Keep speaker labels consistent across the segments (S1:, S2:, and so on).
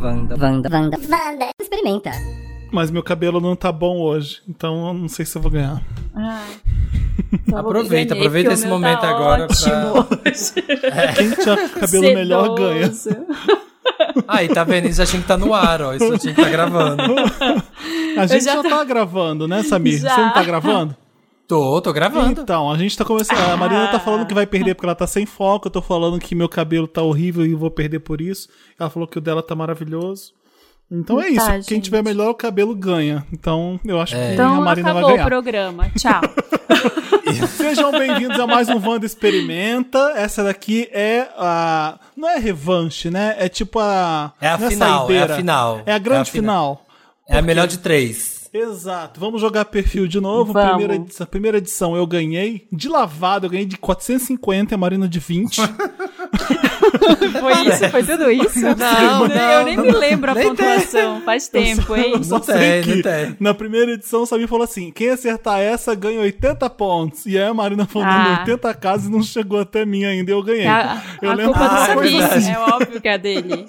S1: Wanda, Wanda, Wanda, Wanda. Experimenta.
S2: Mas meu cabelo não tá bom hoje, então eu não sei se eu vou ganhar.
S3: Ai, só vou
S4: Aproveita,
S3: me enganar,
S4: aproveita
S3: que o
S4: esse
S3: meu
S4: momento
S3: tá
S4: agora pra.
S3: ótimo hoje.
S2: Quem tiver cabelo
S3: é
S2: melhor ganha.
S3: Sedoso.
S4: Aí, tá vendo? Isso já tinha que tá no ar, ó. Isso já tinha que tá gravando.
S2: A gente já...
S3: já-
S2: tá gravando, né, Samir?
S3: Já.
S2: Você não tá gravando?
S4: Tô, tô gravando.
S2: Então, a gente tá começando. A Marina tá falando que vai perder porque ela tá sem foco. Eu tô falando que meu cabelo tá horrível e eu vou perder por isso. Ela falou que o dela tá maravilhoso. Então é
S3: Tá,
S2: isso. Quem
S3: gente.
S2: tiver melhor o cabelo ganha. Então eu acho que a
S3: Então
S2: Marina vai
S3: acabou o
S2: ganhar.
S3: programa. Tchau.
S2: Sejam bem-vindos a mais um Wanda Experimenta. Essa daqui é a. Não é revanche, né? É tipo a.
S4: É a
S2: não
S4: final, é a
S2: saideira.
S4: final.
S2: É a grande
S4: É a
S2: final.
S4: final. É a melhor de três.
S2: Exato. Vamos jogar perfil de novo.
S3: Vamos.
S2: Primeira, edição, primeira edição eu ganhei. De lavado, eu ganhei de 450 e a Marina de 20.
S3: Foi isso? Foi tudo isso?
S4: Não,
S3: Eu nem me lembro a
S4: Nem tem.
S3: pontuação. Faz tempo, hein?
S2: Só
S4: Não tem,
S2: sei
S4: não
S2: que
S4: tem.
S2: na primeira edição o Samir falou assim: quem acertar essa ganha 80 pontos. E aí a Marina falou:
S3: Ah.
S2: 80 casas e não chegou até mim ainda. Eu ganhei.
S3: A,
S2: eu
S3: a
S2: lembro
S3: culpa do
S2: dessa
S4: Ah, é
S3: Samir.
S2: coisa
S4: verdade.
S2: assim.
S3: É óbvio que é dele.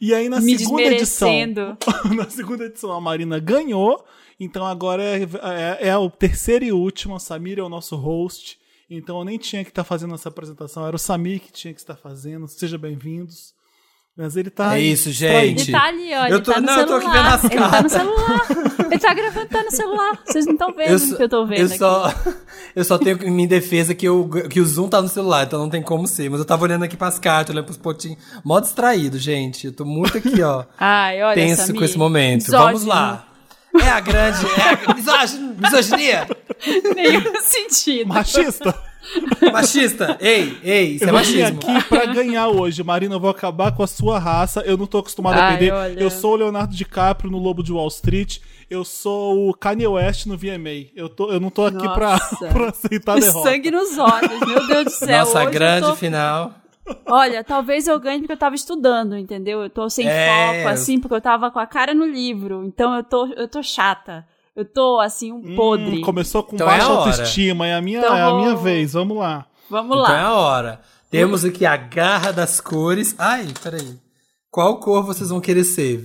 S2: E aí na
S3: Me
S2: segunda edição.
S3: desmerecendo.
S2: na segunda edição a Marina ganhou. Então agora é, é, é o terceiro e último. O Samir é o nosso host. Então eu nem tinha que estar fazendo essa apresentação. Era o Samir que tinha que estar fazendo. Sejam bem-vindos. Mas ele tá.
S4: É
S2: aí,
S4: isso,
S2: tá aí.
S4: gente.
S3: Ele tá ali, ó.
S4: Eu
S3: Ele
S4: tô-
S3: tá no
S4: não, eu tô aqui
S3: celular.
S4: vendo as
S3: Ele tá no celular. Ele tá gravando, tá no celular. Vocês não estão vendo o
S4: só-
S3: que eu tô vendo
S4: eu
S3: aqui.
S4: só, eu só tenho em minha defesa que, eu, que o Zoom tá no celular, então não tem como ser. Mas eu tava olhando aqui pras cartas, olhando pros potinhos. Mó distraído, gente. Eu tô muito aqui, ó.
S3: Ai, olha,
S4: tenso
S3: Samir.
S4: com esse momento.
S3: Misógino.
S4: Vamos lá. É a grande. É a misógino, misoginia!
S3: Nenhum sentido.
S2: Machista?
S4: Machista! Ei, ei, isso é
S2: eu vim
S4: machismo.
S2: aqui pra ganhar hoje. Marina, eu vou acabar com a sua raça. Eu não tô acostumado a
S3: Ai,
S2: perder.
S3: olha.
S2: Eu sou o Leonardo DiCaprio no Lobo de Wall Street. Eu sou o Kanye West no VMA. Eu, tô, eu não tô aqui pra,
S3: Nossa.
S2: pra aceitar a derrota.
S3: Sangue nos olhos, meu Deus do céu.
S4: Nossa,
S3: Hoje eu
S4: grande
S3: tô-
S4: final.
S3: Olha, talvez eu ganhe porque eu tava estudando, entendeu? Eu tô sem
S4: É.
S3: foco, assim, porque eu tava com a cara no livro. Então eu tô, eu tô chata. Eu tô, assim, um podre.
S2: Hum, começou com
S4: Então é
S2: baixa
S4: a hora.
S2: autoestima. É a, minha,
S3: Então
S2: é a minha
S3: vou-
S2: vez. Vamos lá.
S3: Vamos
S4: Então é
S3: lá.
S4: a hora. Temos aqui a garra das cores. Ai, peraí. Qual cor vocês vão querer ser?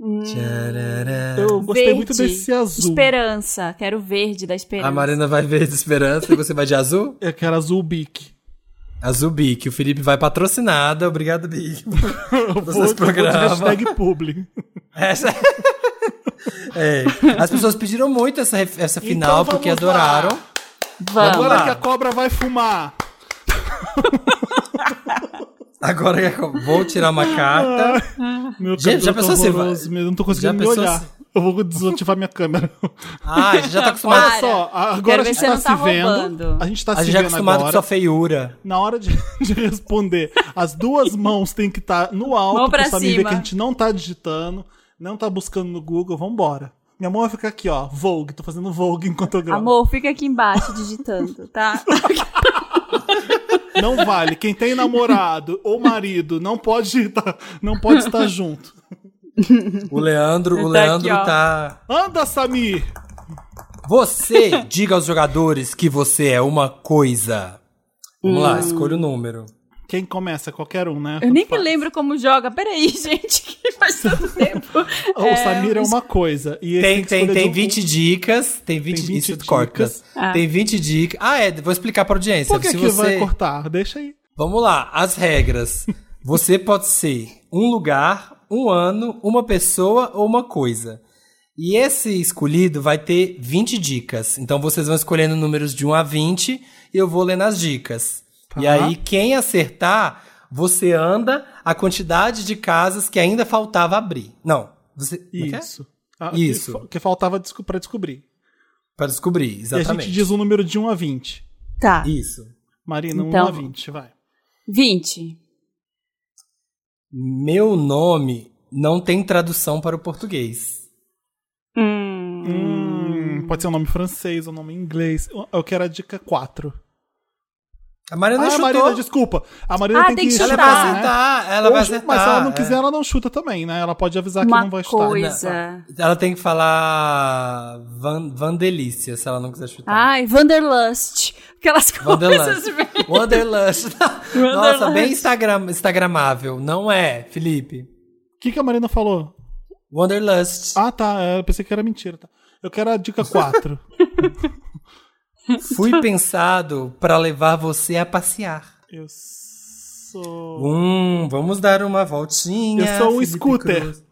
S3: Hum.
S4: Tcharará.
S2: Então, Eu gostei
S3: Verde.
S2: muito desse azul.
S3: Esperança. Quero o verde da esperança.
S4: A Marina vai ver de esperança e você vai de azul?
S2: Eu quero azul bique.
S4: Azul Bic. O Felipe vai patrocinada. Obrigado, Bic.
S2: Eu vou, eu
S4: Vocês
S2: vou de
S4: programam.
S2: hashtag publi.
S4: Essa... É. As pessoas pediram muito essa, ref- essa final
S2: Então vamos
S4: porque
S2: lá.
S4: adoraram.
S3: Vamos.
S4: Vamos
S2: Agora é
S4: lá.
S2: que a cobra vai fumar.
S4: Agora eu vou tirar uma carta.
S2: Meu
S4: Já-
S2: cabelo
S4: já
S2: tá
S4: pensou se vai-
S2: horroroso. mesmo, Eu não tô conseguindo
S4: Já
S2: me
S4: pensou
S2: olhar.
S4: se-
S2: Eu vou desativar minha câmera.
S4: Ah, já tá acostumado.
S2: Olha
S3: Para.
S2: só, a- agora
S3: Quero
S2: a
S3: ver
S2: gente
S3: se
S2: tá
S3: não tá
S2: se vendo.
S3: roubando.
S2: A gente tá
S4: A
S2: se
S4: gente já é
S2: vendo
S4: acostumado
S2: agora.
S4: com sua feiura.
S2: Na hora de, de responder, as duas mãos têm que estar no alto
S3: Mão pra
S2: pra saber ver
S3: cima.
S2: que a gente não tá digitando, não tá buscando no Google. Vambora. Minha mão vai ficar aqui, ó. Vogue. Tô fazendo Vogue enquanto eu gravo.
S3: Amor, fica aqui embaixo digitando, tá?
S2: Não vale. Quem tem namorado ou marido não pode digitar, não pode estar junto.
S4: O Leandro, o
S3: Ele tá
S4: Leandro
S3: aqui, ó.
S4: tá.
S2: Anda, Samir!
S4: Você diga aos jogadores que você é uma coisa. Vamos lá, escolha o número.
S2: Quem começa? Qualquer um, né?
S3: Eu nem
S2: Tanto
S3: me
S2: faz.
S3: lembro como joga. Peraí, gente, que faz tanto tempo.
S2: O Samir é uma coisa. E esse
S4: Tem,
S2: que
S4: tem,
S2: escolher de
S4: tem
S2: um-
S4: 20 dicas. Tem 20,
S2: Tem 20
S4: isso
S2: dicas.
S4: corta.
S3: Ah.
S4: Tem 20 dicas. Ah, é, vou explicar pra audiência.
S2: Por que,
S4: Se
S2: que vai
S4: você-
S2: cortar? Deixa aí.
S4: Vamos lá, as regras. Você pode ser um lugar, um ano, uma pessoa ou uma coisa. E esse escolhido vai ter 20 dicas. Então vocês vão escolhendo números de 1 a 20 e eu vou lendo as dicas.
S2: Tá.
S4: E aí, quem acertar, você anda a quantidade de casas que ainda faltava abrir. Não, você. como é que é?
S2: Isso. Ah,
S4: Isso.
S2: Que, que faltava desco- pra descobrir.
S4: Pra descobrir,
S2: E a
S4: exatamente.
S2: gente diz o número de 1 a 20.
S3: Tá.
S4: Isso.
S2: Marina, 1
S3: Então-
S2: a 20, vai.
S3: 20.
S4: Meu nome não tem tradução para o português.
S3: Hum.
S2: Hum, pode ser um nome francês, um nome inglês. Eu- Eu quero a dica 4.
S4: A Marina
S2: ah,
S4: chutou.
S2: Marina, desculpa. A Marina
S3: Ah,
S2: tem, né?
S3: tem que
S4: Ela
S3: chutar.
S4: vai
S3: Chutar,
S4: acertar, ela
S2: Ou
S4: vai
S2: chu-
S4: acertar.
S2: Mas se ela não
S4: é. tá.
S2: quiser, ela não chuta também, né? Ela pode avisar que
S3: Uma
S2: não vai né? Tá. chutar.
S3: coisa.
S4: Ela tem que falar van, Vandelícia, se ela não quiser
S2: Ah.
S4: chutar.
S3: Ai, Wanderlust. Aquelas coisas.
S4: Wanderlust.
S3: bem-
S4: Wanderlust. Nossa, bem Instagram, instagramável. Não é, Felipe.
S2: que, que a Marina falou?
S4: Wanderlust.
S2: Ah, tá. Eu pensei que era mentira. tá. Eu quero a dica 4.
S4: Fui pensado pra levar você a passear.
S2: eu sou.
S4: Hum, vamos dar uma voltinha.
S2: Eu sou um
S4: Felipe
S2: scooter.
S4: Cruz.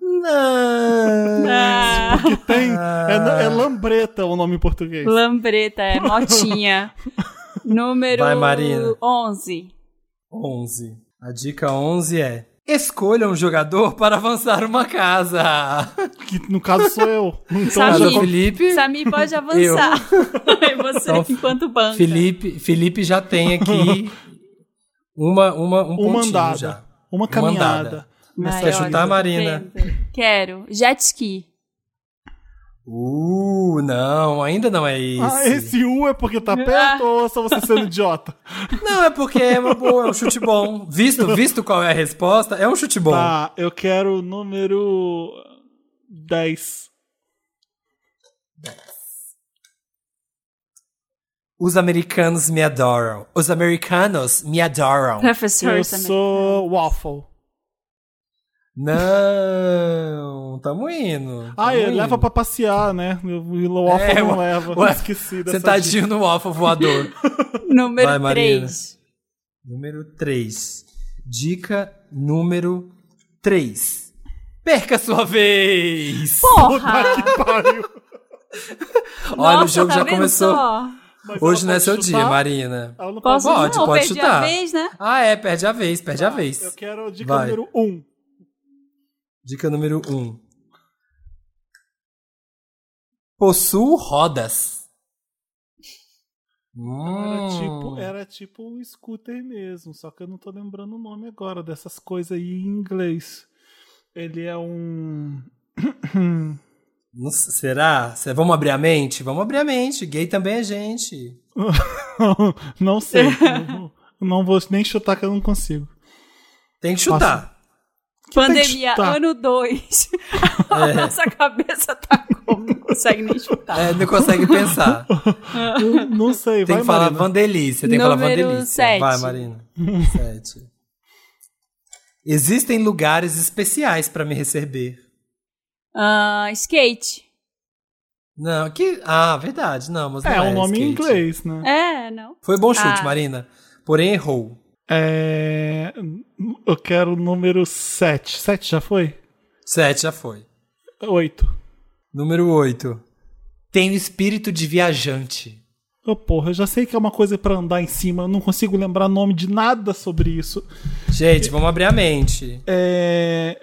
S4: Não.
S3: Ah,
S2: Que tem. É, é lambreta o nome em português.
S3: lambreta, é motinha. Número
S4: Vai, Marina.
S3: 11.
S4: 11. A dica 11 é: escolha um jogador para avançar uma casa.
S2: Que no caso sou eu. Então,
S3: Sabe- Um
S4: Casa
S2: eu-
S3: Sim.
S4: Felipe.
S3: Samir pode avançar. e você
S4: Então,
S3: enquanto banca.
S4: Felipe, Felipe já tem aqui uma uma um
S2: uma
S4: pontinho
S2: andada.
S4: já.
S2: Uma caminhada. Né?
S4: andada.
S2: nessa
S3: Vai,
S4: Quer
S2: vida.
S4: chutar,
S3: olha,
S4: Marina?
S3: vendo. Quero. Jet ski.
S4: Uh, não, ainda não é esse.
S2: Ah, esse U é porque
S3: Ah.
S2: tá perto ou só você sendo idiota?
S4: Não, é porque é uma boa, é um chute bom. Visto, visto qual é a resposta, é um chute bom.
S2: Tá, eu quero o número 10.
S4: Os americanos me adoram. Os americanos me adoram.
S3: Professor
S2: Eu
S3: também.
S2: sou
S3: né?
S2: Waffle.
S4: Não, tamo indo. tamo
S2: Ah, ele
S4: indo.
S2: leva pra passear, né? O Waffle
S4: É,
S2: não
S4: wa-
S2: leva.
S4: wa-
S2: Esqueci dessa dica.
S4: Sentadinho no waffle voador.
S3: Número
S4: Vai, Marina.
S3: 3.
S4: Número 3. Dica número 3. Perca a sua vez!
S3: Porra!
S2: Que pariu.
S4: Olha,
S3: Nossa,
S4: o jogo
S3: tá
S4: já
S3: vendo
S4: começou.
S3: só?
S2: Mas
S4: Hoje
S2: ela
S4: não é
S2: pode
S4: seu
S2: chutar?
S4: dia, Marina.
S2: Ela não
S3: Posso
S2: pode
S4: Pode,
S3: não,
S4: pode
S3: perdi
S4: chutar.
S3: a vez, né?
S4: Ah, é, perde a vez,
S3: Ah,
S4: perde a vez.
S2: Ah, Eu quero dica
S4: Vai.
S2: número 1. Um.
S4: Dica número 1. Um. Possuo rodas.
S2: Era,
S4: Hum.
S2: tipo,
S3: é-
S2: era tipo um scooter mesmo, só que eu não tô lembrando o nome agora dessas coisas aí em inglês. Ele é um.
S4: Não s- Será? Cê- Vamos abrir a mente? Vamos abrir a mente. Gay também é gente.
S2: não sei. não, não vou nem chutar que eu não consigo.
S4: Tem que chutar.
S3: Pandemia,
S2: chutar.
S3: ano 2. A nossa cabeça tá como? Não consegue nem chutar.
S4: É, não consegue pensar.
S2: Eu não sei,
S4: Tem
S2: vai
S4: que falar
S2: Marina.
S4: Vandelícia, tem que falar
S3: Número
S4: Vandelícia.
S3: sete.
S4: Vai, Marina. Sete. Existem lugares especiais pra me receber.
S3: Ah, skate.
S4: Não, que. Ah, verdade. Não, mas não é.
S2: É, um nome em
S4: skate.
S2: inglês, né?
S3: É, não.
S4: Foi bom chute,
S3: Ah.
S4: Marina. Porém, errou.
S2: É, eu quero o número 7. 7 já foi?
S4: Sete já foi.
S2: 8.
S4: Número oito. Tenho espírito de viajante.
S2: Ô porra, eu já sei que é uma coisa pra andar em cima, eu não consigo lembrar nome de nada sobre isso.
S4: Gente, vamos abrir a mente.
S2: É...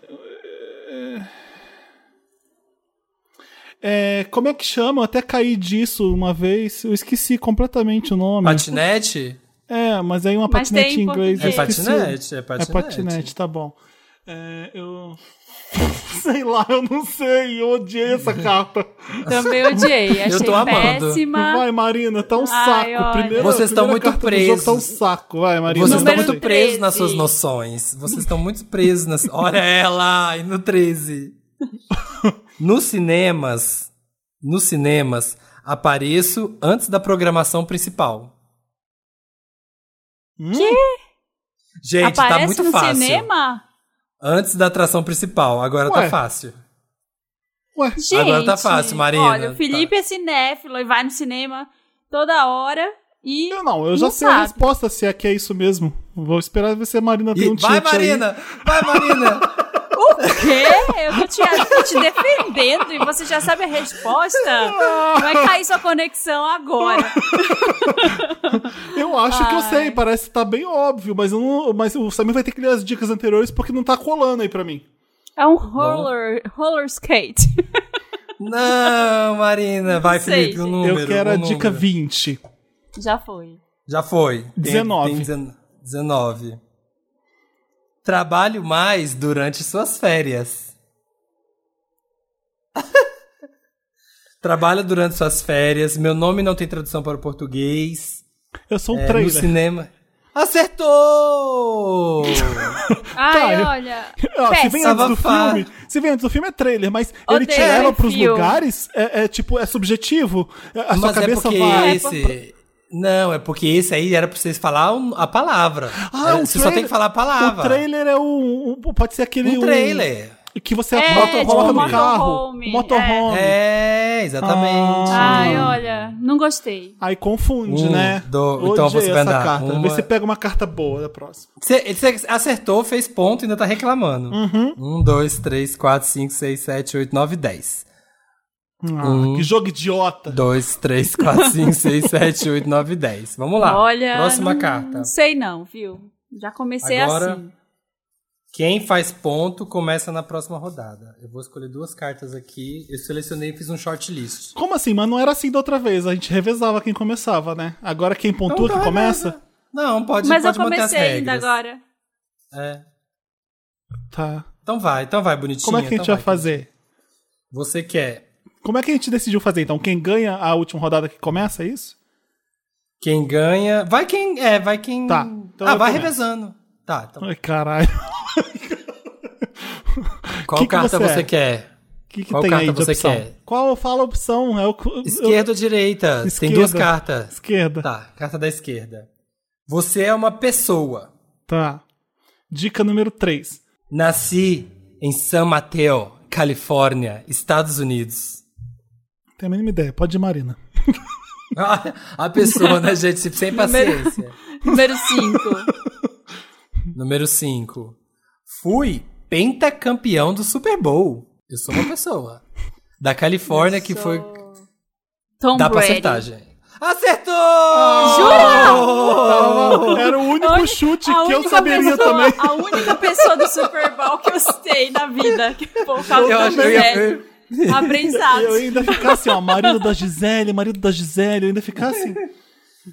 S2: é, Como é que chama? Eu até caí disso uma vez. Eu esqueci completamente o nome.
S4: Patinete?
S2: É, mas aí uma
S3: Mas tem
S2: patinete em
S3: em
S2: inglês. eu
S4: É
S3: português.
S2: esqueci.
S4: patinete, é
S2: É
S4: patinete.
S2: patinete, tá bom. É, eu. sei lá, eu não sei. Eu odiei essa carta.
S3: Também odiei. Achei
S4: Eu tô amando.
S3: péssima.
S2: Tipo, Vai, Marina, tá um
S3: Ai,
S2: saco.
S3: olha.
S2: Primeiro,
S4: Vocês estão muito presos.
S2: Tá um saco. Vai, Marina. tá
S4: Vocês estão
S3: Número 13.
S4: muito presos nas suas noções. Vocês estão muito presos nas. Olha ela! E no 13. Nos cinemas. Nos cinemas, apareço antes da programação principal. Gente,
S3: Aparece
S4: tá muito
S3: no
S4: fácil.
S3: cinema?
S4: Antes da atração principal. Agora
S2: Ué.
S4: tá fácil.
S2: Ué,
S3: Gente.
S4: Agora tá fácil, Marina.
S3: Olha, o Felipe é cinéfilo e vai no cinema toda hora e.
S2: eu não, eu já
S3: Não
S2: sei a
S3: sabe.
S2: resposta se é que é isso mesmo. Vou esperar ver se a Marina tem
S4: E-
S2: um tchutchu
S4: vai,
S2: aí.
S4: Marina! Vai, Marina!
S3: O quê? Eu tô te, eu tô te defendendo e você já sabe a resposta? Vai cair sua conexão agora.
S2: Eu acho que eu
S3: Ai.
S2: sei, parece que tá bem óbvio, mas, eu não, mas o Samir vai ter que ler as dicas anteriores porque não tá colando aí pra mim.
S3: É um roller, roller skate.
S4: Não, Marina! Vai,
S3: sei,
S4: Felipe, o
S3: gente.
S4: número.
S2: eu quero a
S4: um
S2: dica
S4: número.
S2: 20.
S3: Já foi.
S4: Já foi. Tem-
S2: 19.
S4: tem dezen- 19. Trabalho mais durante suas férias. Trabalho durante suas férias. Meu nome não tem tradução para o português.
S2: Eu sou um
S4: É, no
S2: trailer.
S4: cinema. Acertou!
S3: Ai,
S2: Tá, eu-
S3: olha.
S2: Ah, se vem antes
S4: Tava
S2: do
S4: fa-
S2: filme, se vem antes do filme é trailer, mas ele te
S3: Odeio
S2: leva pros
S3: filme.
S2: lugares, é, é tipo, é subjetivo, a sua
S4: Mas é
S2: cabeça
S4: porque
S2: vai.
S4: esse. Não, é porque esse aí era pra vocês falar um- a palavra.
S2: Ah,
S4: Era-
S2: o
S4: você só tem que falar a palavra.
S2: O trailer é o. o- pode ser aquele.
S4: Um trailer.
S2: o- que você
S3: É,
S2: coloca
S3: tipo,
S2: coloca no
S3: motorhome.
S2: carro.
S3: É.
S2: Motorhome.
S4: É, exatamente.
S2: Ah.
S3: Ai, olha, não gostei.
S2: Aí confunde,
S4: Um,
S2: né?
S4: do-
S2: Odiei
S4: então você
S2: essa
S4: vai andar
S2: carta.
S4: uma-
S2: Vê se pega uma carta boa da próxima.
S4: Você você acertou, fez ponto e ainda tá reclamando.
S2: Uhum.
S4: Um, dois, três, quatro, cinco, seis, sete, oito, nove, dez.
S2: Ah,
S4: Um-
S2: Que jogo idiota.
S4: Dois, três, quatro, cinco, seis, sete, oito, nove, dez. Vamos lá.
S3: Olha,
S4: Próxima
S3: não,
S4: carta.
S3: Não sei não, viu? Já comecei
S4: Agora-
S3: assim.
S4: Quem faz ponto começa na próxima rodada. Eu vou escolher duas cartas aqui. Eu selecionei e fiz um shortlist.
S2: Como assim? Mas não era assim da outra vez. A gente revezava quem começava, né? Agora quem pontua,
S4: Então
S2: que
S4: tá,
S2: começa.
S4: Não, pode,
S3: Mas eu
S4: pode manter as
S3: comecei ainda
S4: regras.
S3: agora.
S4: É.
S2: Tá.
S4: Então vai, então vai, bonitinho.
S2: Como é que a gente vai fazer?
S4: Você quer.
S2: Como é que a gente decidiu fazer, então? Quem ganha a última rodada que começa, é isso?
S4: Quem ganha. Vai quem. É, vai quem.
S2: Tá, então
S4: ah,
S2: eu
S4: vai
S2: começo.
S4: revezando. Tá, então.
S2: Ai, caralho.
S4: Qual
S2: que que
S4: carta
S2: você
S4: você,
S2: é?
S4: quer?
S2: O que, que
S4: Qual
S2: tem
S4: carta
S2: aí de
S4: você
S2: opção?
S4: quer?
S2: Qual fala a opção? É o cu- eu-
S4: Esquerda ou direita? Tem
S2: Esquerda.
S4: duas cartas.
S2: Esquerda. Tá.
S4: Tá, carta da esquerda. Você é uma pessoa.
S2: Tá. Dica número 3.
S4: Nasci em San Mateo, Califórnia, Estados Unidos.
S2: Tem a mínima ideia. Pode ir, Marina.
S4: A pessoa, né, gente? Sem paciência.
S3: Número 5.
S4: Número 5. Fui pentacampeão do Super Bowl. Eu sou uma pessoa. Da Califórnia que foi.
S3: Tom
S4: Dá pra
S3: Brady.
S4: acertar, gente. Acertou! Oh.
S2: Era o único
S3: A uni-
S2: chute
S3: a
S2: que eu
S3: única
S2: saberia
S3: pessoa-
S2: também.
S3: A única pessoa do Super Bowl que eu citei na vida. Que foi o Carlos
S4: Eu acho que eu ia.
S3: Velho. Aprendizado.
S2: Eu ainda ficar assim, ó, marido da Gisele, marido da Gisele, eu ainda ficar assim.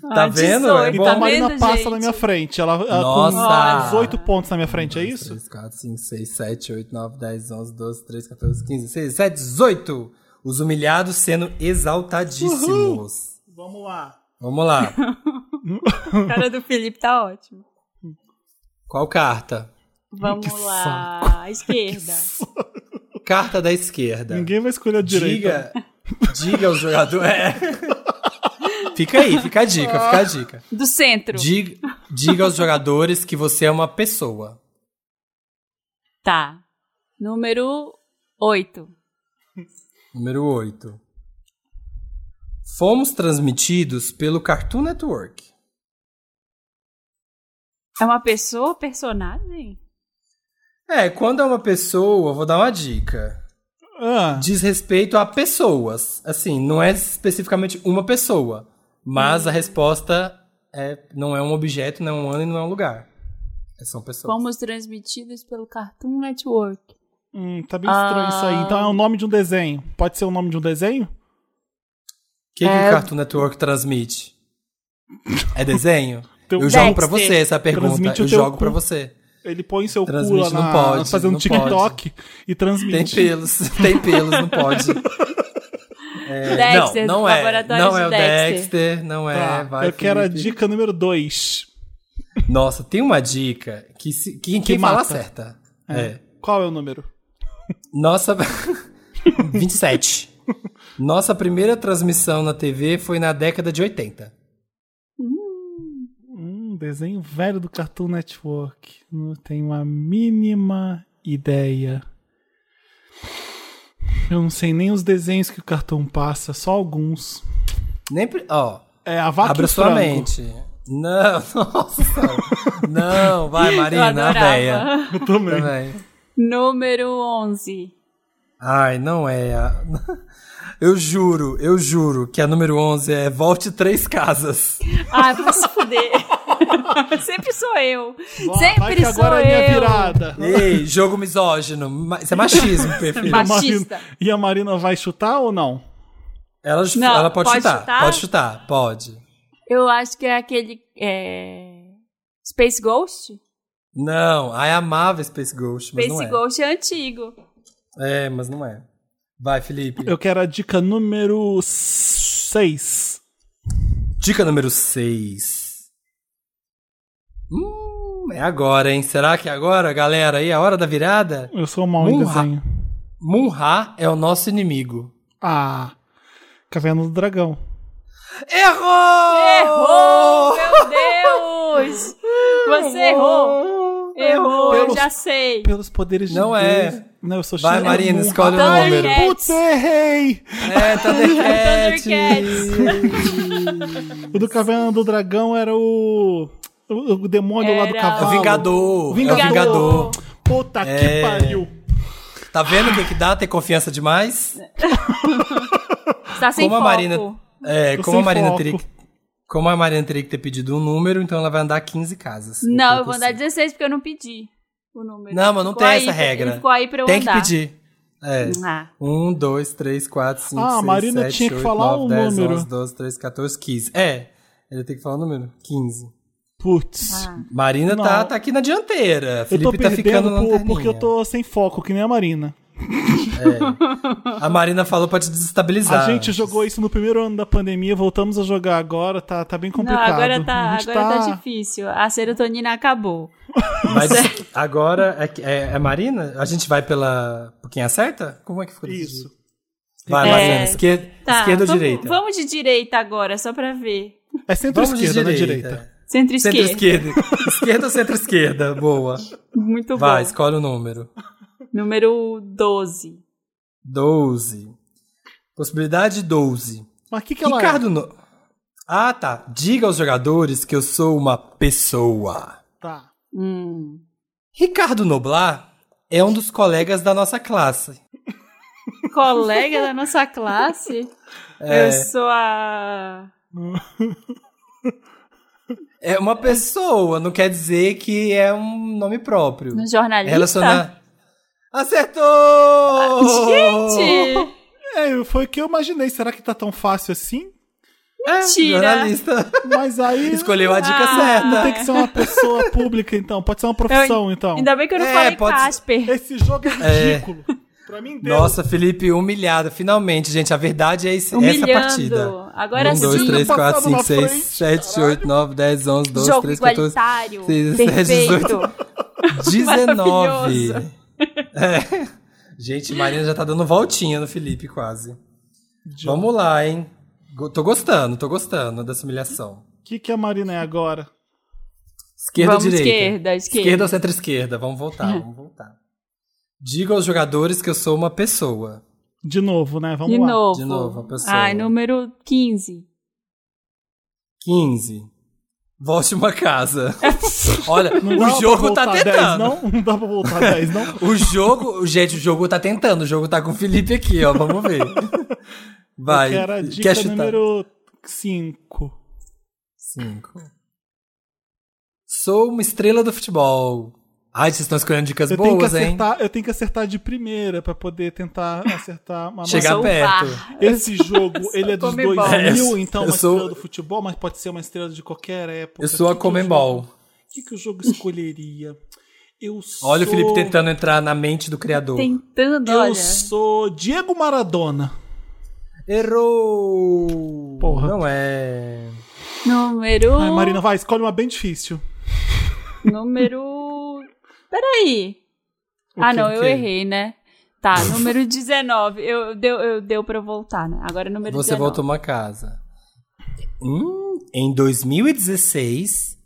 S4: Tá
S3: Ah,
S4: vendo?
S3: 18,
S4: É
S2: Então
S4: Tá
S2: a Marina
S3: vendo,
S2: passa
S3: gente?
S2: na minha frente. Ela, ela
S4: Nossa.
S2: com 18 pontos na minha frente, é isso?
S4: 3, 4, 5, 6, 7, 8, 9, 10, 11, 12, 13, 14, 15, 16, 17, 18. Os humilhados sendo exaltadíssimos.
S2: Vamos lá.
S4: Vamos lá.
S3: A cara do Felipe tá ótimo.
S4: Qual carta?
S3: Vamos
S2: Que
S3: lá. À esquerda.
S4: Carta da esquerda.
S2: Ninguém é vai escolher a direita.
S4: Tá. diga, diga ao jogador. É. Fica aí, fica a dica, fica a dica.
S3: Do centro.
S4: Diga, diga aos jogadores que você é uma pessoa.
S3: Tá. Número 8.
S4: Número 8. Fomos transmitidos pelo Cartoon Network.
S3: É uma pessoa, personagem?
S4: É, quando é uma pessoa, vou dar uma dica.
S2: Ah,
S4: Diz respeito a pessoas. Assim, não é especificamente uma pessoa. Mas a resposta é, não é um objeto, não é um ano e não é um lugar. É, São pessoas.
S3: Fomos transmitidos pelo Cartoon Network.
S2: hum, tá bem estranho isso
S3: Ah.
S2: aí. Então é o nome de um desenho. Pode ser o nome de um desenho?
S4: O que, que
S2: é?
S4: o Cartoon Network transmite? É desenho?
S2: Teu-
S4: Eu jogo pra
S3: Dexter.
S4: você essa pergunta.
S2: Então, Transmite o
S4: Eu
S2: teu
S4: jogo
S2: cu.
S4: pra você.
S2: Ele põe seu cu lá
S4: Transmite,
S2: na,
S4: não pode,
S2: fazendo
S4: não
S2: TikTok e
S4: Tem
S2: transmite.
S4: pelos, tem pelos, não pode. É,
S3: Dexter,
S4: não,
S3: do
S4: não é.
S3: Laboratório
S4: Não
S3: de
S4: é o
S3: Dexter.
S4: Dexter, não é.
S2: Tá,
S4: vai,
S2: eu quero a
S4: Felipe.
S2: dica número 2.
S4: Nossa, tem uma dica que, se, que quem
S2: Que
S4: fala
S2: mata.
S4: acerta. É.
S2: Qual é o número?
S4: Nossa. 27. Nossa primeira transmissão na TV foi na década de 80.
S2: Um desenho velho do Cartoon Network. Não tenho a mínima ideia. Eu não sei nem os desenhos que o cartão passa, só alguns.
S4: Nem. pre- Ó.
S2: É a vaca e
S4: Abra
S2: o
S4: sua
S2: frango.
S4: mente. Não, nossa. não, vai,
S3: Eu
S4: Marina, a véia.
S3: adorava.
S2: Eu também.
S4: Também.
S3: Número 11.
S4: Ai, não é. a- Eu juro, eu juro que a número 11 é Volte Três Casas.
S3: Ah, vai se fuder. Sempre sou eu.
S2: Bora,
S3: Sempre
S2: vai que
S3: sou eu.
S2: agora é minha virada.
S4: Ei, jogo misógino. Ma- Isso é machismo, perfil.
S2: E a
S3: Machista.
S2: Marina- e a Marina vai chutar ou não?
S4: Ela,
S3: Não,
S4: ela pode,
S3: pode
S4: chutar,
S3: chutar?
S4: Pode chutar, pode.
S3: Eu acho que é aquele. é, Space Ghost?
S4: Não, ai, amava Space Ghost, mas
S3: Space
S4: não é.
S3: Ghost é antigo.
S4: É, mas não é. Vai, Felipe.
S2: Eu quero a dica número 6.
S4: Dica número 6. Hum, é agora, hein? Será que é agora, galera? Aí, a hora da virada?
S2: Eu sou mal em
S4: Um
S2: desenho.
S4: Munra é o nosso inimigo.
S2: Ah, Caverna do Dragão. Oh!
S4: Errou!
S3: Errou! Meu Deus!
S2: Oh!
S3: Você errou! Errou, eu
S2: Pelos-
S3: já sei.
S2: Pelos poderes de
S4: Não
S2: Deus.
S4: é.
S2: Não, eu sou
S4: Vai,
S2: Xena
S4: Marina,
S2: Muga.
S4: escolhe o
S3: Tá,
S4: número.
S3: gente.
S2: Putz, errei!
S4: É, Thundercats.
S2: O do Caverna do Dragão era o. O, o demônio lá do
S3: Era
S2: cavalo.
S4: É O Vingador.
S2: Vingador.
S4: É o Vingador.
S2: Puta que pariu.
S4: Tá vendo o que, que dá ter confiança demais?
S3: Tá sem foco.
S4: como a Marina. É,
S2: Tô
S4: como a
S2: sem
S4: Marina
S2: foco.
S4: teria que. Como a Marina teria que ter pedido um número, então ela vai andar 15 casas. Então
S3: Não, eu vou andar
S4: de.
S3: 16 porque eu não pedi o número.
S4: Não, mas não
S3: Ficou
S4: tem
S3: aí
S4: essa
S3: pra-
S4: regra.
S3: Ficou aí pra eu
S4: Tem
S3: andar.
S4: que pedir. É.
S3: Ah.
S4: 1, 2, 3, 4, 5,
S2: Ah, a
S4: 6,
S2: Marina
S4: 7,
S2: tinha que
S4: 8,
S2: falar
S4: 9,
S2: o
S4: 10,
S2: número.
S4: 11, 12, 13, 14, 15. É, ele tem que falar o número. 15.
S2: Putz.
S3: Ah.
S4: Marina
S2: Não.
S4: tá, tá aqui na dianteira.
S2: eu tô
S4: Felipe tá ficando
S2: perdendo
S4: na
S2: por-
S4: lanterninha.
S2: porque eu tô sem foco, que nem a Marina.
S4: A Marina falou pra te
S2: A
S4: desestabilizar.
S2: gente jogou isso no primeiro ano da pandemia, voltamos a jogar agora, tá, tá bem
S3: Não,
S2: complicado.
S3: agora tá,
S2: A
S3: agora
S2: gente
S3: tá... difícil. A serotonina acabou.
S4: Mas agora, é, que- é, é Marina? A gente vai pela... por Quem acerta? Como é que ficou? desse
S2: Isso.
S4: jeito? Vai,
S3: É.
S4: Marina. Esquerda,
S3: Tá,
S4: esquerda ou
S3: vamos,
S4: direita?
S3: Vamos de direita agora, só pra ver.
S2: É centro-esquerda, não é direita.
S3: Centro-esquerda.
S4: Centro-esquerda. esquerda ou centro-esquerda? Boa.
S3: Muito
S4: Vai,
S3: bom.
S4: escolhe o número.
S3: Número 12.
S4: 12. Possibilidade 12.
S2: Mas o que, que ela é?
S4: Ricardo No... Ah, tá. Diga aos jogadores que eu sou uma pessoa.
S2: é? Tá.
S3: Hum.
S4: Ricardo Noblar é um dos colegas da nossa classe.
S3: Colega da nossa classe. Eu sou a.
S4: É uma pessoa, não quer dizer que é um nome próprio. É
S3: jornalista.
S4: relacionar. Acertou!
S3: Ah, Gente!
S2: É, foi o que eu imaginei. Será que tá tão fácil assim?
S4: É,
S3: Mentira!
S4: jornalista.
S2: Mas aí.
S4: Escolheu a dica
S3: Ah.
S2: Não
S4: certa.
S2: tem que ser uma pessoa pública, então. Pode ser uma profissão, então.
S3: Ainda bem que eu não
S4: É,
S3: falei
S4: pode-
S3: Casper.
S2: Esse jogo é ridículo. Pra mim, deu.
S4: Nossa, Felipe, humilhada. Finalmente, gente, a verdade é esse, essa partida.
S3: Humilhando. Agora
S4: 1, 2,
S3: sim.
S4: 3, 4,
S2: Passado
S4: 5,
S2: na
S4: 6,
S2: frente,
S4: 7, 8, 9, 10, 11, 12,
S3: Jogo
S4: 13, 14,
S3: igualitário.
S4: 16, 17,
S3: perfeito.
S4: 18, 19.
S3: Maravilhoso.
S4: É. Gente, Marina já tá dando voltinha no Felipe, quase.
S2: Idiota.
S4: Vamos lá, hein? Go- Tô gostando, tô gostando dessa humilhação.
S2: O que, que a Marina é agora?
S4: Esquerda ou
S3: Vamos
S4: direita?
S3: esquerda, esquerda.
S4: Esquerda ou centro-esquerda? Vamos voltar, vamos voltar. Diga aos jogadores que eu sou uma pessoa.
S2: De novo, né? Vamos
S3: de
S2: lá.
S3: novo.
S4: De novo, a pessoa.
S3: Ai, número 15.
S4: 15. Volte uma casa. Olha,
S2: Não dá
S4: o
S2: pra
S4: jogo tá
S2: voltar 10,
S4: tentando.
S2: não? não dá pra voltar 10, não?
S4: O jogo, gente, o jogo tá tentando. O jogo tá com o Felipe aqui, ó. Vamos ver. Vai.
S2: Que era a dica
S4: Quer chutar?
S2: número um. 5.
S4: Cinco. Sou uma estrela do futebol. Ai, vocês estão escolhendo dicas
S2: Eu tenho, que
S4: boas, hein?
S2: acertar, eu tenho que acertar de primeira pra poder tentar acertar uma
S4: Chegar
S3: sou o
S4: perto.
S3: VAR.
S2: Esse jogo, ele é dos
S3: Comebol.
S2: 2000,
S4: É,
S2: então
S4: eu
S2: uma
S4: sou-
S2: estrela do futebol, mas pode ser uma estrela de qualquer época.
S4: Eu sou
S2: Que
S4: a
S2: que o
S4: Comembol.
S2: jogo- O que, que o jogo escolheria? Eu sou...
S4: Olha o Felipe tentando entrar na mente do criador.
S3: Tentando,
S2: Eu
S3: olha.
S2: sou Diego Maradona.
S4: Errou!
S2: Porra.
S4: Não é.
S3: Número.
S2: Ai, Marina, vai, escolhe uma bem difícil.
S3: Número. Peraí.
S4: O
S3: ah,
S4: quê,
S3: não,
S4: o
S3: eu
S4: quê?
S3: errei, né? Tá, número 19. Eu, deu, eu deu pra eu voltar, né? Agora é número
S4: Você
S3: 19.
S4: voltou uma casa. Hum, em 2016,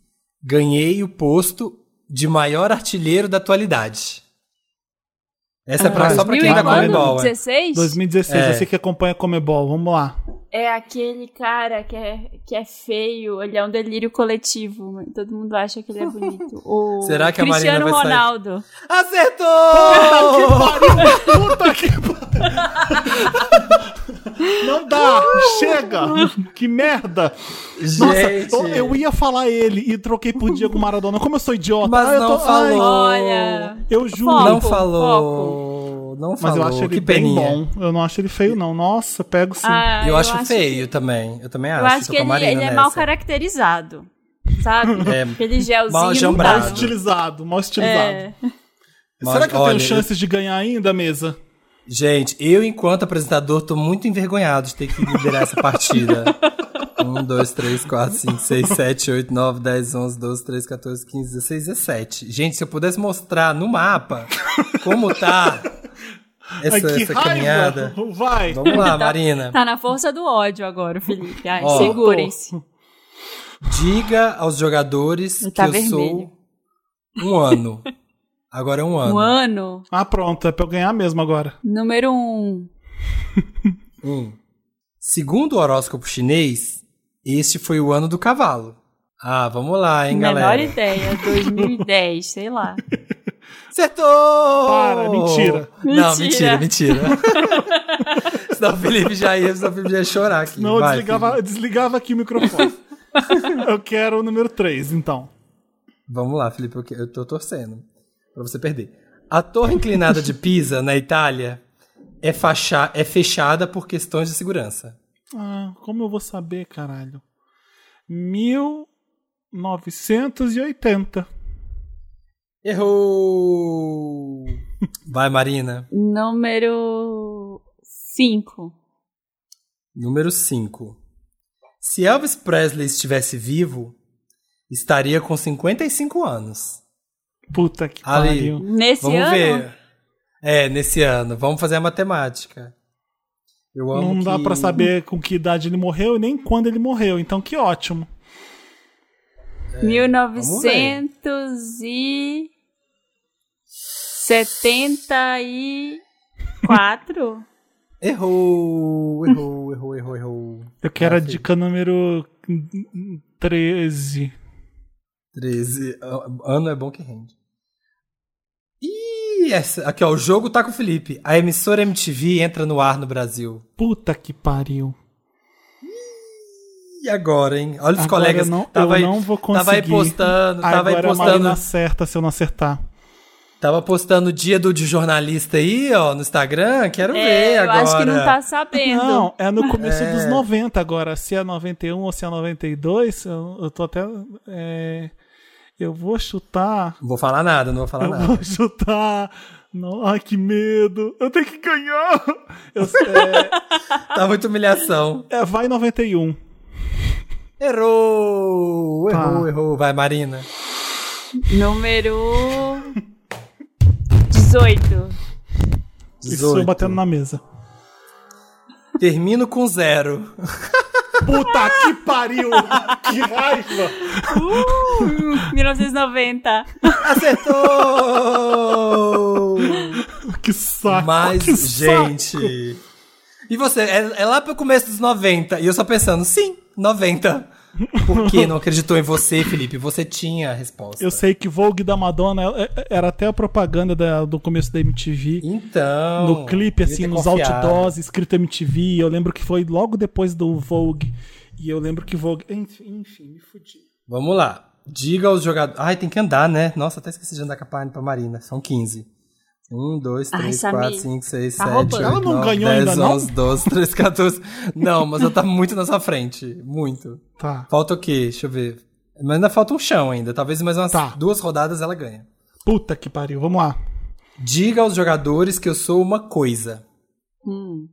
S4: ganhei o posto de maior artilheiro da atualidade. Essa é pra, só pra quem
S2: Ah, mil
S4: tá
S2: e quando?
S4: com
S3: 16?
S2: 2016,
S4: É.
S2: você que acompanha a Comebol, vamos lá.
S3: É aquele cara que é, que é feio, ele é um delírio coletivo. mas Todo mundo acha que ele é bonito. O
S4: Será que a Marina
S3: Cristiano
S4: vai sair?
S3: Ronaldo.
S4: Acertou!
S2: Puta que pariu! Não dá! Chega! Uh! Que merda!
S4: Gente,
S2: Nossa, eu ia falar ele e troquei por Diego Maradona. Como eu sou idiota.
S4: mas
S2: Ah, eu
S4: não
S2: tô- ai,
S4: falou.
S3: Olha.
S2: eu juro.
S3: Foco,
S4: não falou. Não
S2: Mas
S4: falou.
S2: eu acho ele
S4: que
S2: bem
S4: peninha.
S2: bom. Eu não acho ele feio, não. Nossa, pego sim.
S3: Ah,
S4: Eu, acho,
S3: que-
S4: feio também. Eu também Ah, acho.
S3: Eu acho
S4: tô
S3: que
S4: com a
S3: ele,
S4: Marina
S3: ele é
S4: nessa.
S3: mal caracterizado. Sabe?
S4: É,
S3: Aquele gelzinho.
S4: mal
S3: não dá,
S4: jambrado.
S2: mal
S3: não.
S2: estilizado, mal estilizado.
S3: É.
S4: Mas,
S2: Será que eu
S4: olha,
S2: tenho chances de ganhar ainda, mesa?
S4: Gente, eu, enquanto apresentador, tô muito envergonhado de ter que liderar essa partida. 1, 2, 3, 4, 5, 6, 7, 8, 9, 10, 11, 12, 13, 14, 15, 16, 17. Gente, se eu pudesse mostrar no mapa como tá essa,
S2: Ai, que
S4: essa
S2: raiva!
S4: caminhada.
S2: Vai!
S4: Vamos lá, Marina.
S3: Tá na força do ódio agora, Felipe. Ai,
S4: Ó.
S3: segurem-se.
S4: Diga aos jogadores
S3: Tá
S4: que eu
S3: vermelho.
S4: sou um ano. Agora é um ano.
S3: Um ano,
S2: Ah, pronto, é pra eu ganhar mesmo agora.
S3: número um.
S4: Um. Segundo o horóscopo chinês, este foi o ano do cavalo. Ah, vamos lá, hein,
S3: Menor
S4: galera.
S3: ideia, 2010, sei lá.
S4: Acertou!
S2: Para, mentira.
S4: Não,
S3: Mentira.
S4: mentira, mentira. senão o Felipe já ia, senão o Felipe já ia chorar aqui.
S2: Não, eu
S4: Vai,
S2: desligava,
S4: Felipe.
S2: eu desligava aqui o microfone. eu quero o número 3, então.
S4: Vamos lá, Felipe, eu que- eu tô torcendo pra você perder. A torre inclinada de Pisa, na Itália, é, facha- é fechada por questões de segurança.
S2: Ah, como eu vou saber, caralho? 1980.
S4: Errou! Vai, Marina.
S3: Número 5.
S4: Número 5. Se Elvis Presley estivesse vivo, estaria com 55 anos.
S2: Puta que
S4: Ali.
S2: pariu.
S3: Nesse
S4: Vamos
S3: ano,
S4: ver. É, nesse ano. Vamos fazer a matemática. Eu amo
S2: Não dá
S4: que
S2: pra
S4: o-
S2: saber com que idade ele morreu e nem quando ele morreu, então que ótimo.
S4: É,
S3: 1974.
S4: Errou, errou, errou, errou, errou.
S2: Eu quero a
S4: É, filho.
S2: dica número 13.
S4: 13. A- Ano é bom que rende. Ih, essa, aqui ó, o jogo tá com o Felipe. A emissora MTV entra no ar no Brasil.
S2: Puta que pariu.
S4: E agora, hein? Olha os
S2: Agora
S4: colegas.
S2: eu não- eu
S4: tava aí-
S2: não vou
S4: Tava aí
S2: conseguir.
S4: postando, tava
S2: Agora
S4: aí
S2: é a
S4: postando.
S2: Marina acerta se eu não acertar.
S4: Tava postando o dia do de jornalista aí, ó, no Instagram. Quero
S3: É,
S4: ver
S3: eu
S4: agora.
S3: acho que não tá sabendo.
S2: Não, é no começo
S4: É.
S2: dos 90 agora. Se é 91 ou se é 92, eu, eu tô até. é, eu vou chutar.
S4: Não vou falar nada, não vou falar
S2: Eu
S4: nada.
S2: vou chutar. Não, ai, que medo. Eu tenho que ganhar. Eu- é,
S4: Tá muita humilhação.
S2: é, vai 91.
S4: Errou!
S2: Tá.
S4: Errou, errou. Vai, Marina.
S3: Número 18.
S2: Isso eu
S4: 18.
S2: batendo na mesa.
S4: Termino com zero.
S2: Puta que pariu! que raiva!
S3: Uh, 1990.
S4: Acertou!
S2: Que saco!
S4: Mas,
S2: que saco.
S4: gente. E você, é, é lá pro começo dos 90. E eu só pensando, sim, 90. Por que não acreditou em você, Felipe? Você tinha a resposta.
S2: Eu sei que Vogue da Madonna é- era até a propaganda da- do começo da MTV.
S4: Então.
S2: no clipe,
S4: devia
S2: assim,
S4: ter
S2: nos
S4: confiado.
S2: outdoors, escrito MTV. Eu lembro que foi logo depois do Vogue. E eu lembro que Vogue. Enfim, enfim, me fudi.
S4: Vamos lá. Diga aos jogadores. Ai, tem que andar, né? Nossa, até esqueci de andar com a Parne pra Marina. São 15. 1, 2,
S3: Ai,
S4: 3,
S3: Samir,
S4: 4, 5, 6,
S3: tá
S4: 7,
S3: roubando.
S4: 8,
S2: Ela não
S4: 9,
S2: ganhou
S4: 10,
S2: ainda, não?
S4: 11, 12, 13, 14. Não, mas ela tá muito na sua frente. Muito.
S2: Tá.
S4: Falta o quê? Deixa eu ver. Mas ainda falta um chão ainda. Talvez mais umas
S2: Tá.
S4: duas rodadas ela ganha.
S2: Puta que pariu. Vamos lá.
S4: Diga aos jogadores que eu sou uma coisa.
S3: Hum.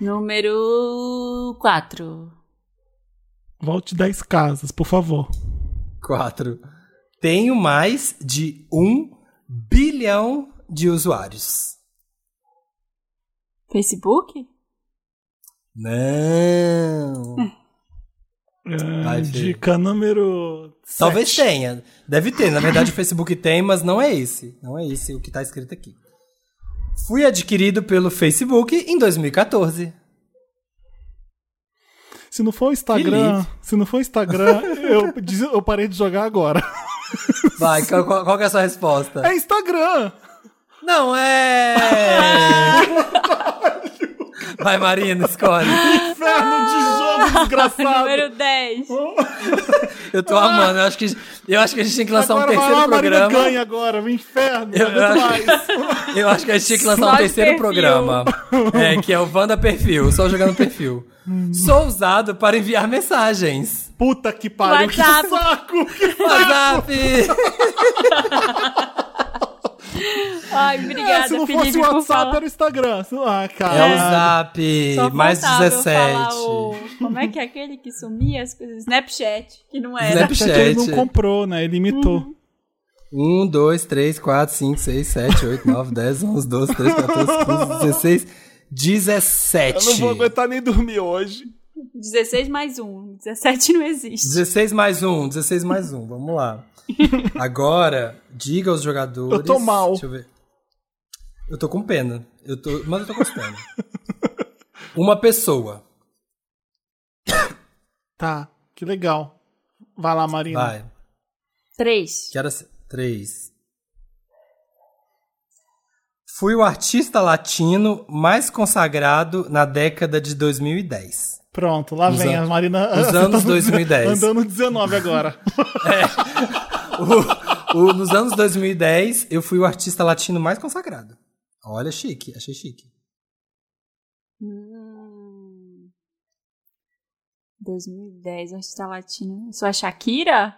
S3: Número 4.
S2: Volte 10 casas, por favor.
S4: 4. Tenho mais de 1 bilhão de usuários.
S3: Facebook?
S4: Não.
S2: É,
S4: Vai, Fê.
S2: dica número.
S4: Talvez
S2: sete.
S4: tenha. Deve ter. Na verdade, o Facebook tem, mas não é esse. Não é esse o que tá escrito aqui. Fui adquirido pelo Facebook em 2014.
S2: Se não for o Instagram, se não for o Instagram, eu, des- eu parei de jogar agora.
S4: Vai, qual, qual- qual que é a sua resposta?
S2: É Instagram!
S4: Não é! Vai, Marina, escolhe.
S2: Inferno
S4: Ah!
S2: de jogo desgraçado!
S3: Número 10.
S4: Eu tô amando. Eu acho que, eu acho que a gente tem que lançar
S2: Agora vai
S4: um
S2: lá,
S4: terceiro
S2: a Marina
S4: programa.
S2: ganha agora, o inferno! é
S4: Eu-
S2: muito
S4: eu acho-
S2: mais.
S4: Eu acho que a gente tinha que lançar
S3: Só
S4: um
S3: de
S4: terceiro
S3: perfil.
S4: programa. É, que é o Wanda Perfil, só jogando perfil. Sou usado para enviar mensagens.
S2: Puta que pariu,
S3: WhatsApp.
S2: que saco! Que
S4: WhatsApp!
S3: Ai,
S2: É,
S3: obrigada,
S2: se não
S3: Felipe,
S2: fosse o
S3: por
S2: WhatsApp,
S3: falar.
S2: era o Instagram. Ah,
S4: É o
S2: cara.
S4: Zap,
S3: Só
S4: mais
S3: faltava eu
S4: 17.
S3: falar o- Como é que é aquele que
S2: É,
S3: sumia as coisas? Snapchat, que não era.
S4: Snapchat.
S3: Uhum.
S2: Ele não comprou, né? Ele imitou.
S4: 1, 2, 3, 4, 5, 6, 7, 8, 9, 10, 11, 12, 13, 14, 15, 16, 17.
S2: Eu não vou aguentar nem dormir hoje.
S3: 16 mais 1. 17 não existe.
S4: 16 mais um, 16 mais um, vamos lá. Agora, diga aos jogadores.
S2: Eu tô mal.
S4: Deixa eu ver. Eu tô com pena. Eu tô, mas eu tô gostando. Uma pessoa.
S2: Tá, que legal. Vai lá, Marina.
S4: Vai.
S3: 3.
S4: Que era c- três. Fui o artista latino mais consagrado na década de 2010.
S2: Pronto, lá
S4: Os
S2: vem
S4: an-
S2: a Marina. Tá
S4: os anos 2010.
S2: Andando 19 agora.
S4: O- o- nos anos 2010, eu fui o artista latino mais consagrado. Olha, chique, achei chique.
S3: Hum. 2010, artista latino. Sou a Shakira?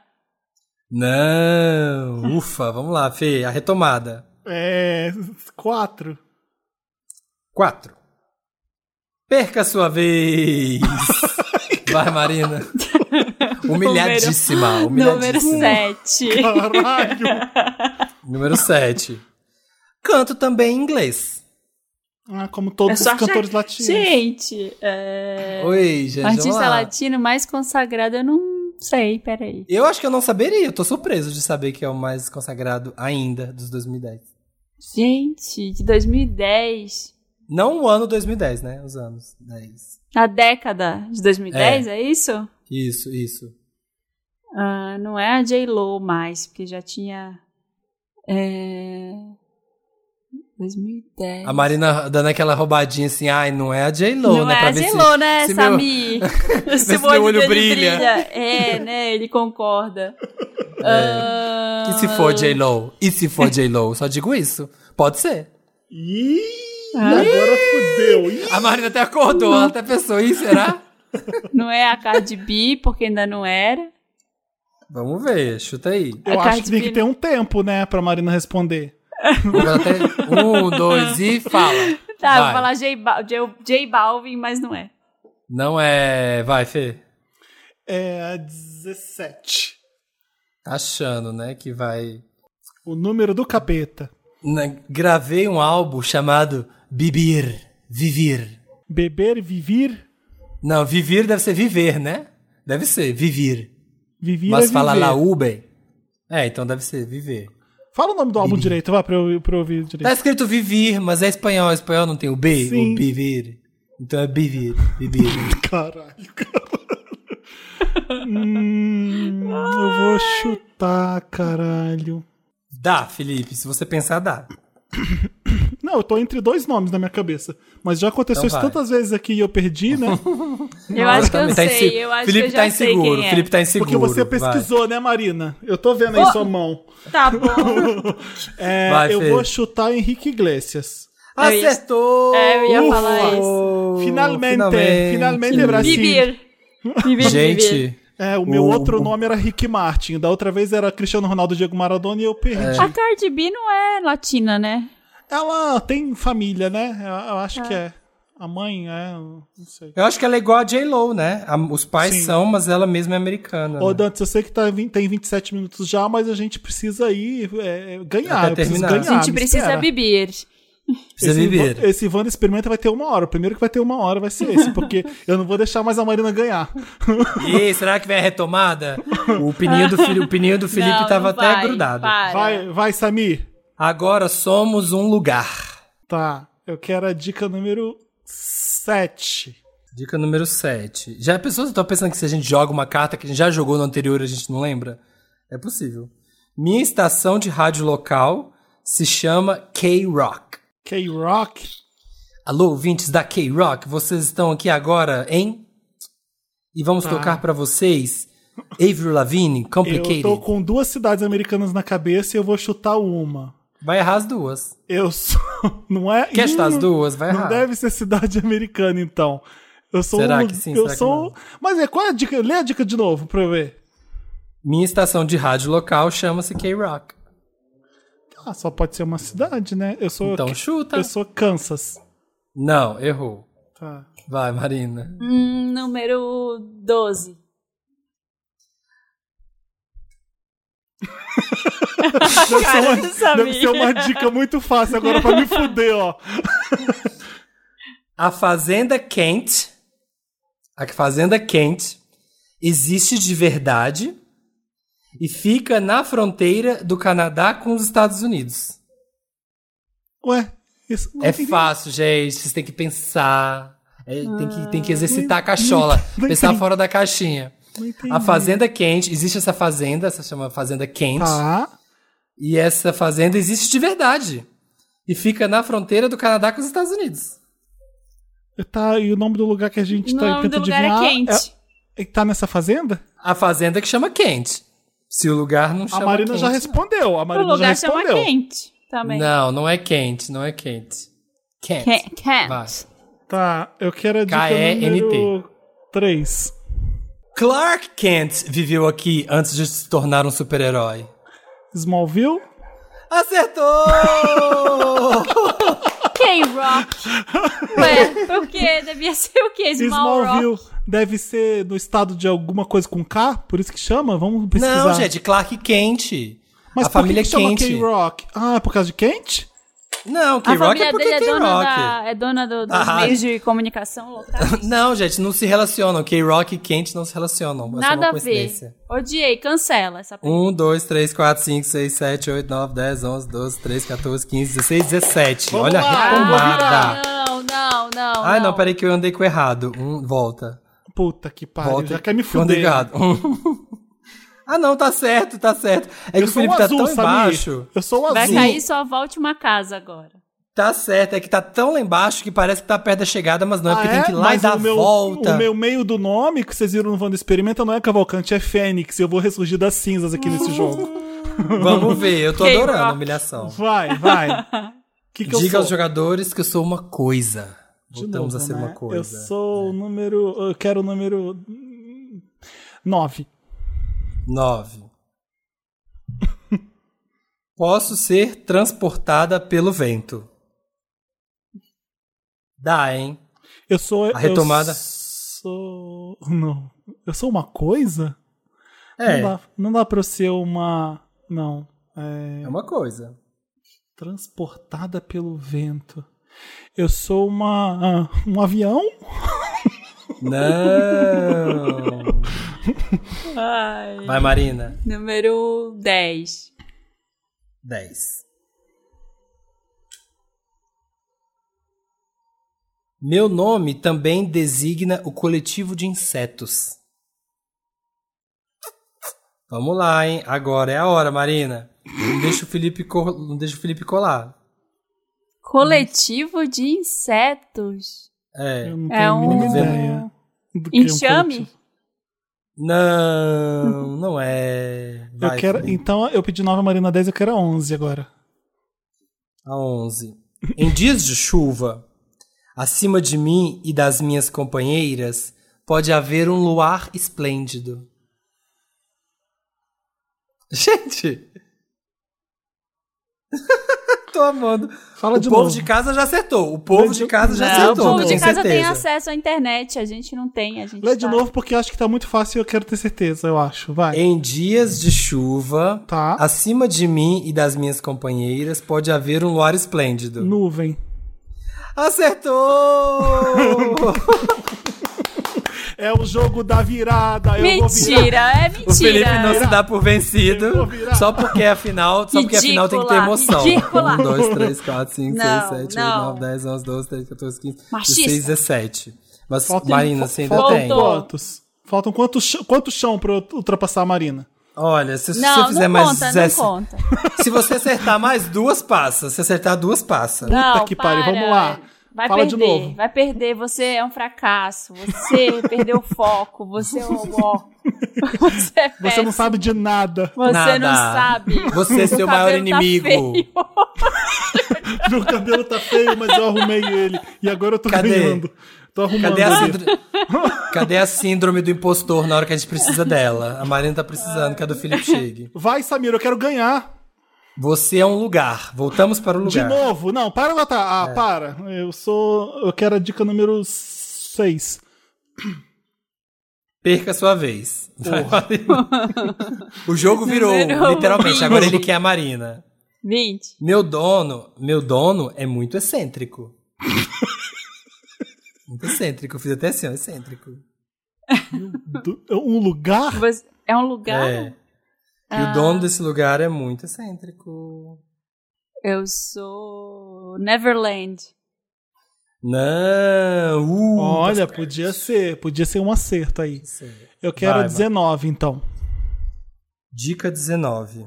S4: Não, ufa, vamos lá, Fê, a retomada.
S2: É. Quatro.
S4: Quatro. Perca a sua vez. Vai, Marina. Humilhadíssima,
S3: Número
S4: humilhadíssima.
S3: 7.
S2: Caralho!
S4: Número 7. Canto também em inglês.
S2: Ah, como
S3: É
S2: todos os cantores latinos.
S3: Gente, é...
S4: Oi, gente. vamos
S3: artista
S4: lá.
S3: latino mais consagrado, eu não sei, peraí.
S4: Eu acho que eu não saberia. Eu tô surpreso de saber que é o mais consagrado ainda dos 2010.
S3: Gente, de 2010.
S4: Não o ano 2010, né? Os anos 10.
S3: Na década de 2010, é, isso?
S4: Isso, isso.
S3: Ah, não é a J-Lo mais, porque já tinha. É... 2010.
S4: A Marina dando aquela roubadinha assim, ai, não é a J-Lo,
S3: É não
S4: né?
S3: é
S4: pra
S3: a
S4: ver se-
S3: J-Lo, né,
S4: se meu-
S3: Samir?
S4: se meu olho brilha.
S3: É, né? Ele concorda. Ah,
S4: E se for J-Lo? E se for J-Lo? Só digo isso. Pode ser.
S2: Ih,
S3: Ah.
S2: agora fudeu. Ih,
S4: A Marina até acordou, ela até pensou, ih, será?
S3: Não é a Cardi B, porque ainda não era.
S4: Vamos ver, chuta aí.
S3: A
S2: eu acho
S3: Cardi
S2: que tem
S3: B-
S2: que ter um tempo, né, pra Marina responder.
S4: Vou até... Um, dois e fala.
S3: Tá,
S4: Vai.
S3: vou falar J, Bal- J- J Balvin, mas não é.
S4: Não é. Vai, Fê.
S2: É 17.
S4: Tá achando, né? Que vai.
S2: O número do capeta.
S4: Na- Gravei um álbum chamado Bibir. Vivir.
S2: Beber, e viver,
S4: Não, vivir deve ser viver, né? Deve ser, vivir.
S2: viver é
S4: Mas
S2: viver.
S4: fala lá Uber. É, então deve ser viver.
S2: Fala o nome do álbum direito, vai, pra eu, pra eu ouvir
S4: Tá
S2: direito.
S4: escrito vivir, mas é espanhol. Espanhol não tem o B,
S2: Sim.
S4: o vivir. Então é vivir, vivir.
S2: Caralho, caralho. hum, eu vou chutar, caralho.
S4: dá, Felipe, se você pensar, dá.
S2: Não, eu tô entre dois nomes na minha cabeça. Mas já aconteceu
S4: Então
S2: isso
S4: vai.
S2: tantas vezes aqui e eu perdi, né?
S3: Eu acho que eu
S4: Exatamente. Tá
S3: sei,
S4: em se-
S3: eu acho
S4: Felipe
S3: que eu
S4: tá
S3: já sei
S4: inseguro,
S3: quem é.
S4: Felipe tá inseguro.
S2: Porque você
S4: vai.
S2: pesquisou, né, Marina? Eu tô vendo aí
S3: Oh.
S2: sua mão.
S3: Tá bom.
S2: É,
S4: Vai,
S2: eu
S4: Fê.
S2: vou chutar Henrique Iglesias.
S3: É isso.
S4: Acertou!
S3: É, eu
S4: Uhum.
S3: ia falar
S4: isso.
S2: Finalmente, finalmente, Brasil.
S3: Viver. Viver, viver.
S4: Gente,
S2: É, o meu
S4: O-
S2: outro
S4: o-
S2: nome era Rick Martin. Da outra vez era Cristiano Ronaldo Diego Maradona e eu
S4: É.
S2: perdi.
S3: A Cardi B não é latina, né?
S2: Ela tem família, né? Eu, eu acho que é. A mãe é. eu Não sei.
S4: eu acho que ela é igual a J-Lo, né? A- os pais
S2: Sim.
S4: são, mas ela mesma é americana.
S2: Ô,
S4: né?
S2: Dantes, eu sei que tá, em vin- tem 27 minutos já, mas a gente precisa ir é, ganhar.
S4: Até
S2: eu preciso
S4: terminar.
S2: ganhar,
S3: A gente
S2: me
S3: precisa
S2: espera.
S3: beber.
S4: Precisa
S2: esse,
S4: viver.
S2: Ivan- esse Wanda Experimenta vai ter uma hora. O primeiro que vai ter uma hora vai ser esse, porque eu não vou deixar mais a Marina ganhar.
S4: Ih, será que vem a retomada? O pininho do, Fili- o pininho do Felipe
S3: Não,
S4: tava
S3: não
S4: até
S3: vai,
S4: grudado.
S3: para.
S2: Vai, vai, Samir.
S4: Agora somos um lugar.
S2: Tá, eu quero a dica número 7.
S4: Dica número 7. Já pessoas estão pensando que se a gente joga uma carta que a gente já jogou no anterior, a gente não lembra? É possível. Minha estação de rádio local se chama K-Rock.
S2: K-Rock.
S4: Alô, ouvintes da K-Rock, vocês estão aqui agora, hein? E vamos tocar pra vocês Avril Lavigne,
S2: Ah. Eu
S4: Complicated.
S2: tô com duas cidades americanas na cabeça e eu vou chutar uma.
S4: Vai errar as duas.
S2: Eu sou. Não é.
S4: Quer chutar as duas? Vai
S2: Não
S4: errar.
S2: deve ser cidade americana, então. Eu sou
S4: Será
S2: um-
S4: que sim?
S2: Eu
S4: Será que
S2: sou.
S4: não?
S2: Mas é, qual é a dica? Lê a dica de novo pra eu ver.
S4: Minha estação de rádio local chama-se K-Rock.
S2: Ah, só pode ser uma cidade, né? Eu sou.
S4: Então chuta.
S2: Eu sou Kansas.
S4: Não, errou.
S2: Tá.
S4: Vai, Marina.
S3: Hum, número 12.
S2: Deve ser,
S3: Cara
S2: uma,
S3: do Samir.
S2: deve ser uma dica muito fácil agora pra me fuder, ó.
S4: A Fazenda Kent. A Fazenda Kent existe de verdade e fica na fronteira do Canadá com os Estados Unidos.
S2: Ué, isso não
S4: É
S2: entendi.
S4: fácil, gente. Vocês têm que pensar. É, tem, que, tem que exercitar a cachola.
S2: não
S4: Pensar
S2: entendi.
S4: fora da caixinha.
S2: Não entendi.
S4: A Fazenda Quente. Existe essa fazenda, essa chama Fazenda Quente.
S2: Tá.
S4: E essa fazenda existe de verdade. E fica na fronteira do Canadá com os Estados Unidos.
S2: Tá, e o nome do lugar que a gente
S3: O
S2: tá
S3: nome do
S2: tentando
S3: lugar é
S2: adivinhar
S3: quente.
S2: é- é que tá nessa fazenda?
S4: A fazenda que chama Quente. Se o lugar não
S2: A
S4: chama
S2: Marina já
S4: Kent,
S2: respondeu. A
S3: O
S2: Marina já
S3: lugar chama
S2: respondeu.
S3: quente também.
S4: Não, não é quente, não é quente. Quente.
S3: Quente.
S4: Vai.
S2: Tá, eu quero a dica
S4: K-E-N-T.
S2: número 3.
S4: Clark Kent viveu aqui antes de se tornar um super-herói.
S2: Smallville?
S4: Acertou!
S3: K-Rock. Ué, porque devia ser o quê? Small Rock.
S2: Smallville deve ser no estado de alguma coisa com K, por isso que chama? Vamos pesquisar.
S4: Não, gente, Clark Kent.
S2: Mas
S4: a
S2: por
S4: família é
S2: que que chama
S4: Kent.
S2: K-Rock? Ah, é por causa de Kent?
S4: Não,
S3: A
S4: K-Rock é
S3: família
S4: porque
S3: dele é dona,
S4: K-Rock.
S3: da, é dona do, dos
S4: Ah.
S3: meios de comunicação local.
S4: Não, gente, não se relacionam. K-Rock e Kent não se relacionam. Essa é
S3: Nada
S4: uma
S3: a ver.
S4: coincidência.
S3: Odiei, cancela essa pergunta.
S4: 1, 2, 3, 4, 5, 6, 7, 8, 9, 10, 11, 12, 13, 14, 15, 16, 17.
S2: Vamos
S4: Olha,
S2: lá, vamos
S4: retomada.
S3: não, não, não.
S4: Ai, não, peraí que eu andei com errado. Um, volta.
S2: Puta que pariu,
S4: Volta.
S2: já quer me
S4: que eu andei
S2: fuder.
S4: errado. ah, não, tá certo, tá certo. É que
S2: Eu
S4: o
S2: sou o
S4: Felipe tá
S2: azul,
S4: tão embaixo.
S2: Samir. Eu sou o
S3: Vai
S2: azul.
S3: cair, só volte uma casa agora.
S4: Tá certo, é que tá tão lá embaixo que parece que tá perto da chegada, mas não é
S2: Ah,
S4: porque tem que ir lá
S2: Mas
S4: e dar
S2: o meu,
S4: volta.
S2: O meu meio do nome, que vocês viram no Wanda Experimenta, não é Cavalcante, é Fênix. Eu vou ressurgir das cinzas aqui nesse jogo.
S4: Vamos ver, eu tô
S3: Quem
S4: adorando a
S3: rock?
S4: humilhação.
S2: Vai, vai. Que que eu
S4: Diga
S2: sou?
S4: aos jogadores que eu sou uma coisa.
S2: De
S4: Voltamos
S2: novo,
S4: a ser
S2: né?
S4: uma coisa.
S2: Eu sou o número. Eu quero o número. 9.
S4: Nove. Posso ser transportada pelo vento. Dá, hein?
S2: Eu sou.
S4: A retomada.
S2: Eu sou. Não. Eu sou uma coisa?
S4: É,
S2: Não, dá, não dá pra eu ser uma. Não. É,
S4: é uma coisa.
S2: transportada pelo vento. Eu sou uma. ah, um avião?
S4: Não.
S3: Ai.
S4: Vai, Marina.
S3: Número 10.
S4: Dez. Meu nome também designa o coletivo de insetos. Vamos lá, hein? Agora é a hora, Marina. Não deixa o Felipe, co- não deixa o Felipe colar.
S3: Coletivo de insetos.
S4: É.
S2: Eu não
S3: É
S2: tenho a mínima
S3: um-
S2: ideia. do que é um
S3: Enxame?
S2: coletivo.
S4: Não, não é.
S2: Eu
S4: Vai,
S2: quero,
S4: Felipe.
S2: então eu pedi 9, a Marina 10, eu quero a 11 agora.
S4: A 11. Em dias de chuva, acima de mim e das minhas companheiras, pode haver um luar esplêndido. Gente! Tô amando.
S2: Fala
S4: o
S2: de
S4: povo
S2: novo.
S4: de casa já acertou. O povo de casa já
S3: Não, o
S4: acertou.
S3: povo
S4: eu
S3: de
S4: tenho
S3: casa tem
S4: certeza.
S3: acesso à internet, a gente não tem, a gente
S2: Lê de
S3: tá-
S2: novo porque eu acho que tá muito fácil e eu quero ter certeza, eu acho. Vai.
S4: Em dias de chuva,
S2: Tá.
S4: acima de mim e das minhas companheiras, pode haver um luar esplêndido.
S2: Nuvem.
S4: Acertou!
S2: É o jogo da virada. Eu vou virar.
S3: Mentira, é
S4: O Felipe não
S3: mentira.
S4: se dá por
S2: Eu vou
S4: vencido.
S2: virar.
S4: Só porque é final, só porque é final tem que ter emoção.
S3: Ridícula,
S4: 1,
S3: ridícula.
S4: 2, 3, 4, 5, 6,
S3: Não,
S4: 7, 8,
S3: não.
S4: 9, 10, 11, 12, 13, 14, 15,
S3: Machista.
S4: 16, 17. Mas
S2: Faltam-
S4: Marina,
S2: fa-
S4: você ainda
S2: faltam
S4: tem.
S3: Voltou.
S2: quantos? Faltam quanto, ch- quanto chão pra eu ultrapassar a Marina?
S4: Olha, se se você
S3: Não,
S4: fizer
S3: não
S4: mais
S3: conta,
S4: 17
S3: não conta.
S4: Se você acertar mais duas, passa. Se acertar duas, passa.
S3: Não,
S2: que pariu,
S3: para.
S2: vamos lá.
S3: Vai
S2: Fala de
S3: perder,
S2: novo.
S3: vai perder. Você é um fracasso. Você perdeu o foco. Você é um ó. Você é péssimo.
S2: Você não sabe de nada.
S3: Você
S4: Nada.
S3: não sabe.
S4: Você é seu
S3: Seu
S4: maior
S3: cabelo tá
S4: inimigo.
S3: feio.
S2: Meu cabelo tá feio, mas eu arrumei ele. E agora eu tô
S4: Cadê?
S2: ganhando. Tô arrumando.
S4: Cadê a,
S2: ele.
S4: síndrome... Cadê a síndrome do impostor na hora que a gente precisa dela? A Marina tá precisando, que a do Felipe chegue.
S2: Vai, Samir, eu quero ganhar.
S4: Você é um lugar. Voltamos para o lugar.
S2: De
S4: É.
S2: novo. Não, para anotar. Ah, para. Eu sou. Eu quero a dica número 6.
S4: Perca a sua vez. o jogo virou,
S3: Virou,
S4: literalmente.
S3: bingo.
S4: Agora ele quer a Marina.
S3: 20.
S4: Meu dono, meu dono é muito excêntrico. muito excêntrico. Eu fiz até assim, ó, excêntrico.
S2: Do- um lugar?
S3: Você- É um lugar?
S4: É. E o dono desse lugar é muito excêntrico.
S3: Eu sou Neverland.
S4: Não! Uh,
S2: Olha,
S4: tá
S2: podia ser, podia ser um acerto aí.
S4: certo.
S2: Eu quero
S4: Vai, vai.
S2: 19, então.
S4: Dica 19.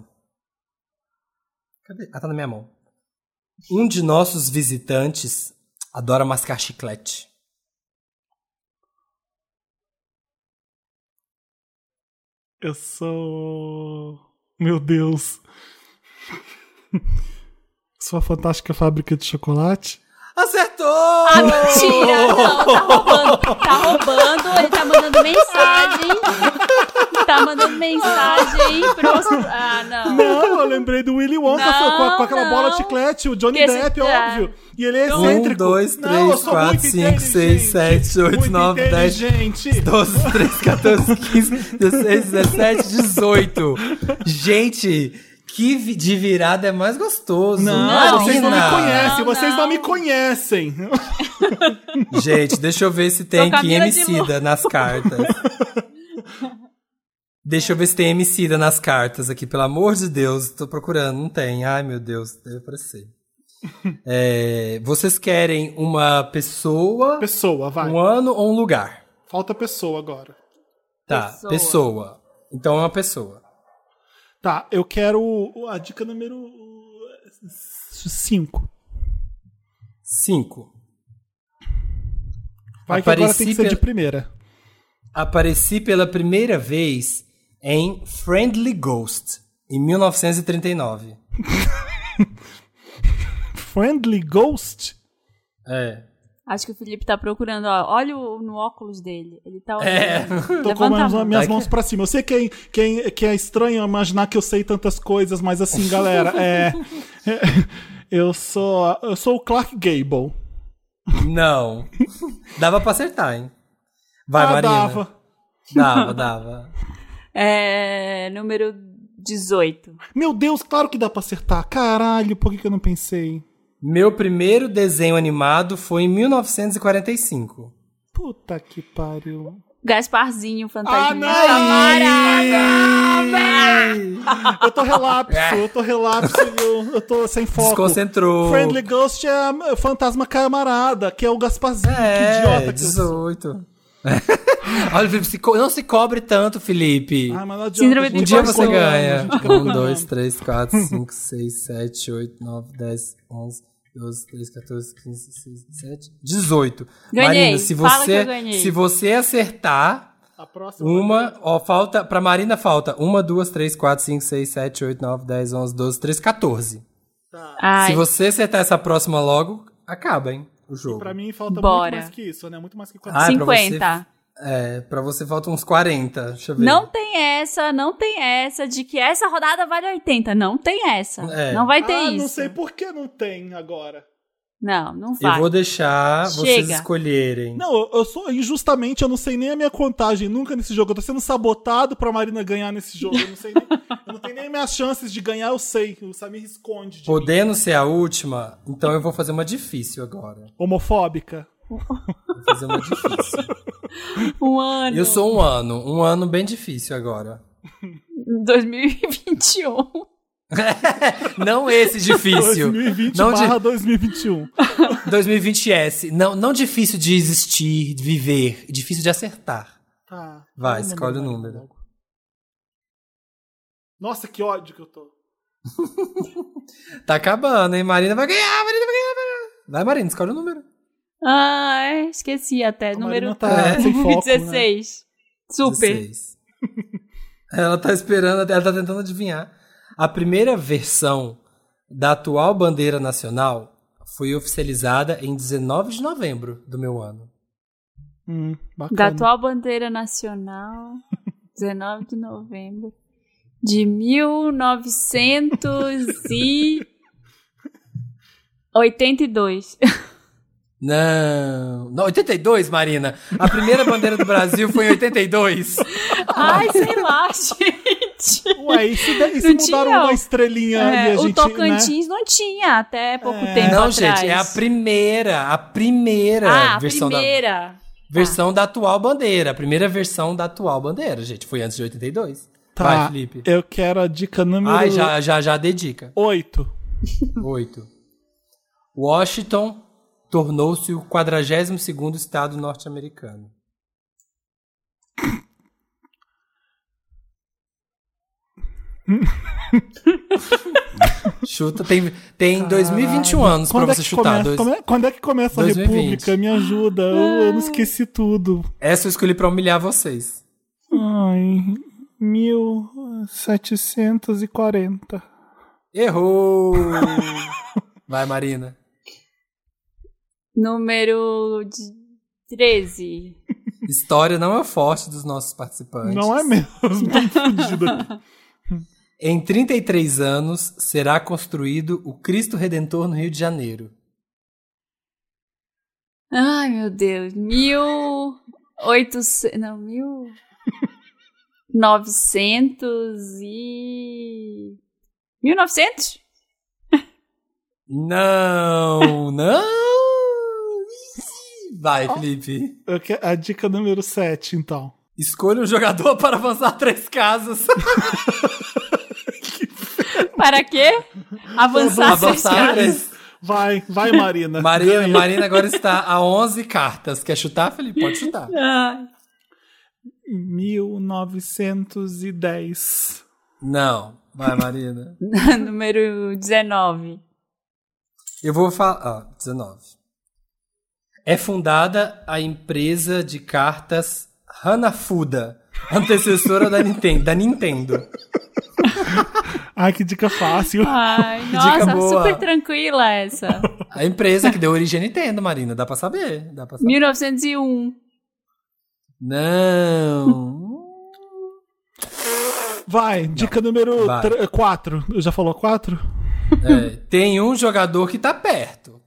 S4: Cadê? Ah, tá na minha mão. Um de nossos visitantes adora mascar chiclete.
S2: Eu sou. Meu Deus. Sou a fantástica fábrica de chocolate?
S4: Acertou!
S3: Ah, mentira! Não, tá roubando. Tá roubando, ele tá mandando mensagem. Tá mandando mensagem pro... Ah, não.
S2: Não, eu lembrei do Willy Wonka
S3: Não,
S2: só com, a- com aquela
S3: não.
S2: bola de chiclete, o Johnny
S3: Que esse-
S2: Depp,
S3: é.
S2: óbvio. E ele é
S4: um,
S2: excêntrico.
S4: dois,
S2: Não, eu
S4: três,
S2: sou
S4: quatro,
S2: muito
S4: cinco, seis,
S2: inteligente.
S4: sete, oito,
S2: Muito
S4: nove, dez,
S2: inteligente.
S4: 12, 13, 14, 15, 16, 17, 18. Gente, que vi- de virada é mais gostoso.
S2: Não, vocês não me
S4: Marina!
S2: conhecem,
S3: Não,
S2: vocês não
S3: não.
S2: me conhecem.
S4: Gente, deixa eu ver se tem
S3: Tô
S4: aqui
S3: Camila de
S4: Emicida nas cartas. Deixa eu ver se tem Emicida nas cartas aqui, pelo amor de Deus. Tô procurando, não tem. Ai, meu Deus, deve aparecer. É, vocês querem uma pessoa,
S2: Pessoa, vai.
S4: um ano ou um lugar?
S2: Falta pessoa agora.
S4: Tá, pessoa.
S3: Pessoa.
S4: Então é uma pessoa.
S2: Tá, eu quero a dica número 5.
S4: Cinco.
S2: Vai que agora tem que ser
S4: Apareci
S2: de
S4: pe-
S2: primeira.
S4: Apareci pela primeira vez em Friendly Ghost, em 1939.
S2: Friendly Ghost?
S4: É.
S3: Acho que o Felipe tá procurando, ó. Olha o, no óculos dele. Ele tá olhando.
S4: É.
S2: Tô com
S3: Levanta a
S2: minhas,
S3: mão.
S2: minhas
S4: Tá
S2: mãos
S4: aqui.
S2: pra cima. Eu sei que é, que, é, que é estranho imaginar que eu sei tantas coisas, mas assim, galera, é. é, eu sou. Eu sou o Clark Gable.
S4: Não. Dava pra acertar, hein? Vai,
S2: Ah,
S4: Marina.
S2: dava.
S4: Dava, dava.
S3: É, número 18.
S2: Meu Deus, claro que dá pra acertar. Caralho, por que, que eu não pensei?
S4: Meu primeiro desenho animado foi em 1945.
S2: Puta que pariu.
S3: Gasparzinho, fantasminha.
S2: Ah, não!
S4: Maravilha!
S3: Tá
S2: Eu tô relapso, eu tô relapso, eu, eu tô sem foco.
S4: É. Desconcentrou.
S2: Friendly Ghost é fantasma camarada, que é o Gasparzinho. que
S4: É,
S2: idiota que eu sou.
S4: 18. Olha, Felipe, se co- não se cobre tanto, Felipe.
S2: Ah, mas não adianta,
S3: Síndrome
S2: gente,
S4: Um
S3: de
S4: dia
S2: acaba
S4: você
S2: colando,
S4: ganha.
S2: gente, acaba
S4: Um,
S2: colando.
S4: dois, três, quatro, cinco, seis, sete, oito, nove, dez, onze, doze, treze, 14, 15, 16, 17, 18.
S3: Ganhei.
S4: Marina, se
S3: Fala
S4: você,
S3: que eu ganhei.
S4: se você acertar
S2: A próxima.
S4: uma, ó, falta, pra Marina falta uma, duas, três, quatro, cinco, seis, sete, oito, nove, dez, onze, doze, treze, 14.
S3: Ai,
S4: Se Ah, você acertar essa próxima logo, acaba, hein, o jogo.
S2: Pra mim falta
S3: Bora.
S2: muito mais que isso, né? Muito mais que
S4: Ah, pra
S2: 400.
S4: você-
S3: 50.
S4: É, pra você falta uns 40, deixa eu ver.
S3: Não tem essa, não tem essa de que essa rodada vale 80. Não tem essa.
S4: É.
S3: Não vai ter
S2: ah,
S3: isso.
S2: não sei por que não tem agora.
S3: Não, não
S4: Eu
S3: vai.
S4: vou deixar vocês
S3: Chega.
S4: escolherem.
S2: Não, eu, eu sou injustamente, eu não sei nem a minha contagem nunca nesse jogo. Eu tô sendo sabotado pra Marina ganhar nesse jogo. Eu não sei nem, eu não tenho nem minhas chances de ganhar, eu sei. O Samir esconde de mim.
S4: Podendo ser a última, então eu vou fazer uma difícil agora.
S2: Homofóbica.
S4: Vou fazer uma difícil.
S3: Um ano.
S4: eu sou um ano, um ano bem difícil agora.
S3: 2021.
S4: Não esse difícil.
S2: 2020
S4: não
S2: barra
S4: de
S2: 2021.
S4: 2020S. Não, não difícil de existir, de viver. Difícil de acertar.
S2: Tá.
S4: Vai,
S2: Vamos
S4: escolhe o
S2: mandar
S4: número.
S2: logo. Nossa, que ódio que eu tô.
S4: Tá acabando, hein? Marina vai ganhar, Marina vai ganhar. vai ganhar. Vai, Marina, escolhe o número.
S3: Ai, Ah, esqueci até.
S2: A Marina
S3: Número
S2: tá sem foco, né?
S3: 16. Super.
S4: 16. Ela tá esperando, ela tá tentando adivinhar. A primeira versão da atual bandeira nacional foi oficializada em 19 de novembro do meu ano.
S2: Hum,
S3: Da
S2: bacana.
S3: atual bandeira nacional, 19 de novembro de 1982.
S4: Não. não. 82, Marina. A primeira bandeira do Brasil foi em 82.
S3: Ai, sei lá, gente.
S2: Ué, e se, de- e se
S3: Não
S2: mudaram
S3: tinha,
S2: uma estrelinha ali, a
S3: É,
S2: gente,
S3: o
S2: né?
S3: Tocantins não tinha até pouco tempo
S4: Não,
S3: atrás.
S4: gente, é a primeira, a primeira
S3: Ah, a
S4: versão da
S3: primeira.
S4: versão da atual bandeira, a primeira versão da atual bandeira, gente, foi antes de 82.
S2: Tá,
S4: Vai, Felipe.
S2: eu quero a dica número
S4: Ai, já já já dedica.
S2: 8.
S4: 8. Washington tornou-se o 42º estado norte-americano. Chuta, tem, tem 2021 anos pra
S2: Quando é,
S4: você
S2: que
S4: chutar.
S2: começa,
S4: dois-
S2: como é- quando é que começa a
S4: 2020?
S2: República? Me ajuda, eu, eu
S3: Ah.
S2: não esqueci tudo.
S4: Essa eu escolhi pra humilhar vocês.
S2: Ai, 1740.
S4: Errou! Vai, Marina.
S3: Número de 13.
S4: História não é o forte dos nossos participantes.
S2: Não é mesmo? Tô confundido aqui.
S4: Em 33 anos, será construído o Cristo Redentor no Rio de Janeiro.
S3: Ai, meu Deus. 1800. Não, 1900 e. 1900?
S4: Não, não! Vai, Felipe.
S2: Eu que- A dica número 7, então.
S4: Escolha um jogador para avançar três casas.
S3: Para quê? Avançar,
S4: avançar
S3: avançar
S4: três.
S2: Vai, vai, Marina.
S4: Marina,
S2: Ganha.
S4: Marina agora está a 11 cartas. Quer chutar, Felipe? Pode chutar.
S3: Ah,
S2: 1910.
S4: Não. Vai, Marina.
S3: número 19.
S4: Eu vou falar. Ah, 19. É fundada a empresa de cartas Hanafuda, antecessora da Nintendo. Da Nintendo.
S2: Ai, que dica fácil.
S3: Ai,
S4: dica
S3: nossa,
S4: boa.
S3: super tranquila essa.
S4: A empresa que deu origem à Nintendo, Marina. Dá pra saber. Dá pra saber.
S3: 1901.
S4: Não.
S2: Vai, dica número
S4: Vai.
S2: 4. Já falou 4?
S4: É, tem um jogador que tá perto.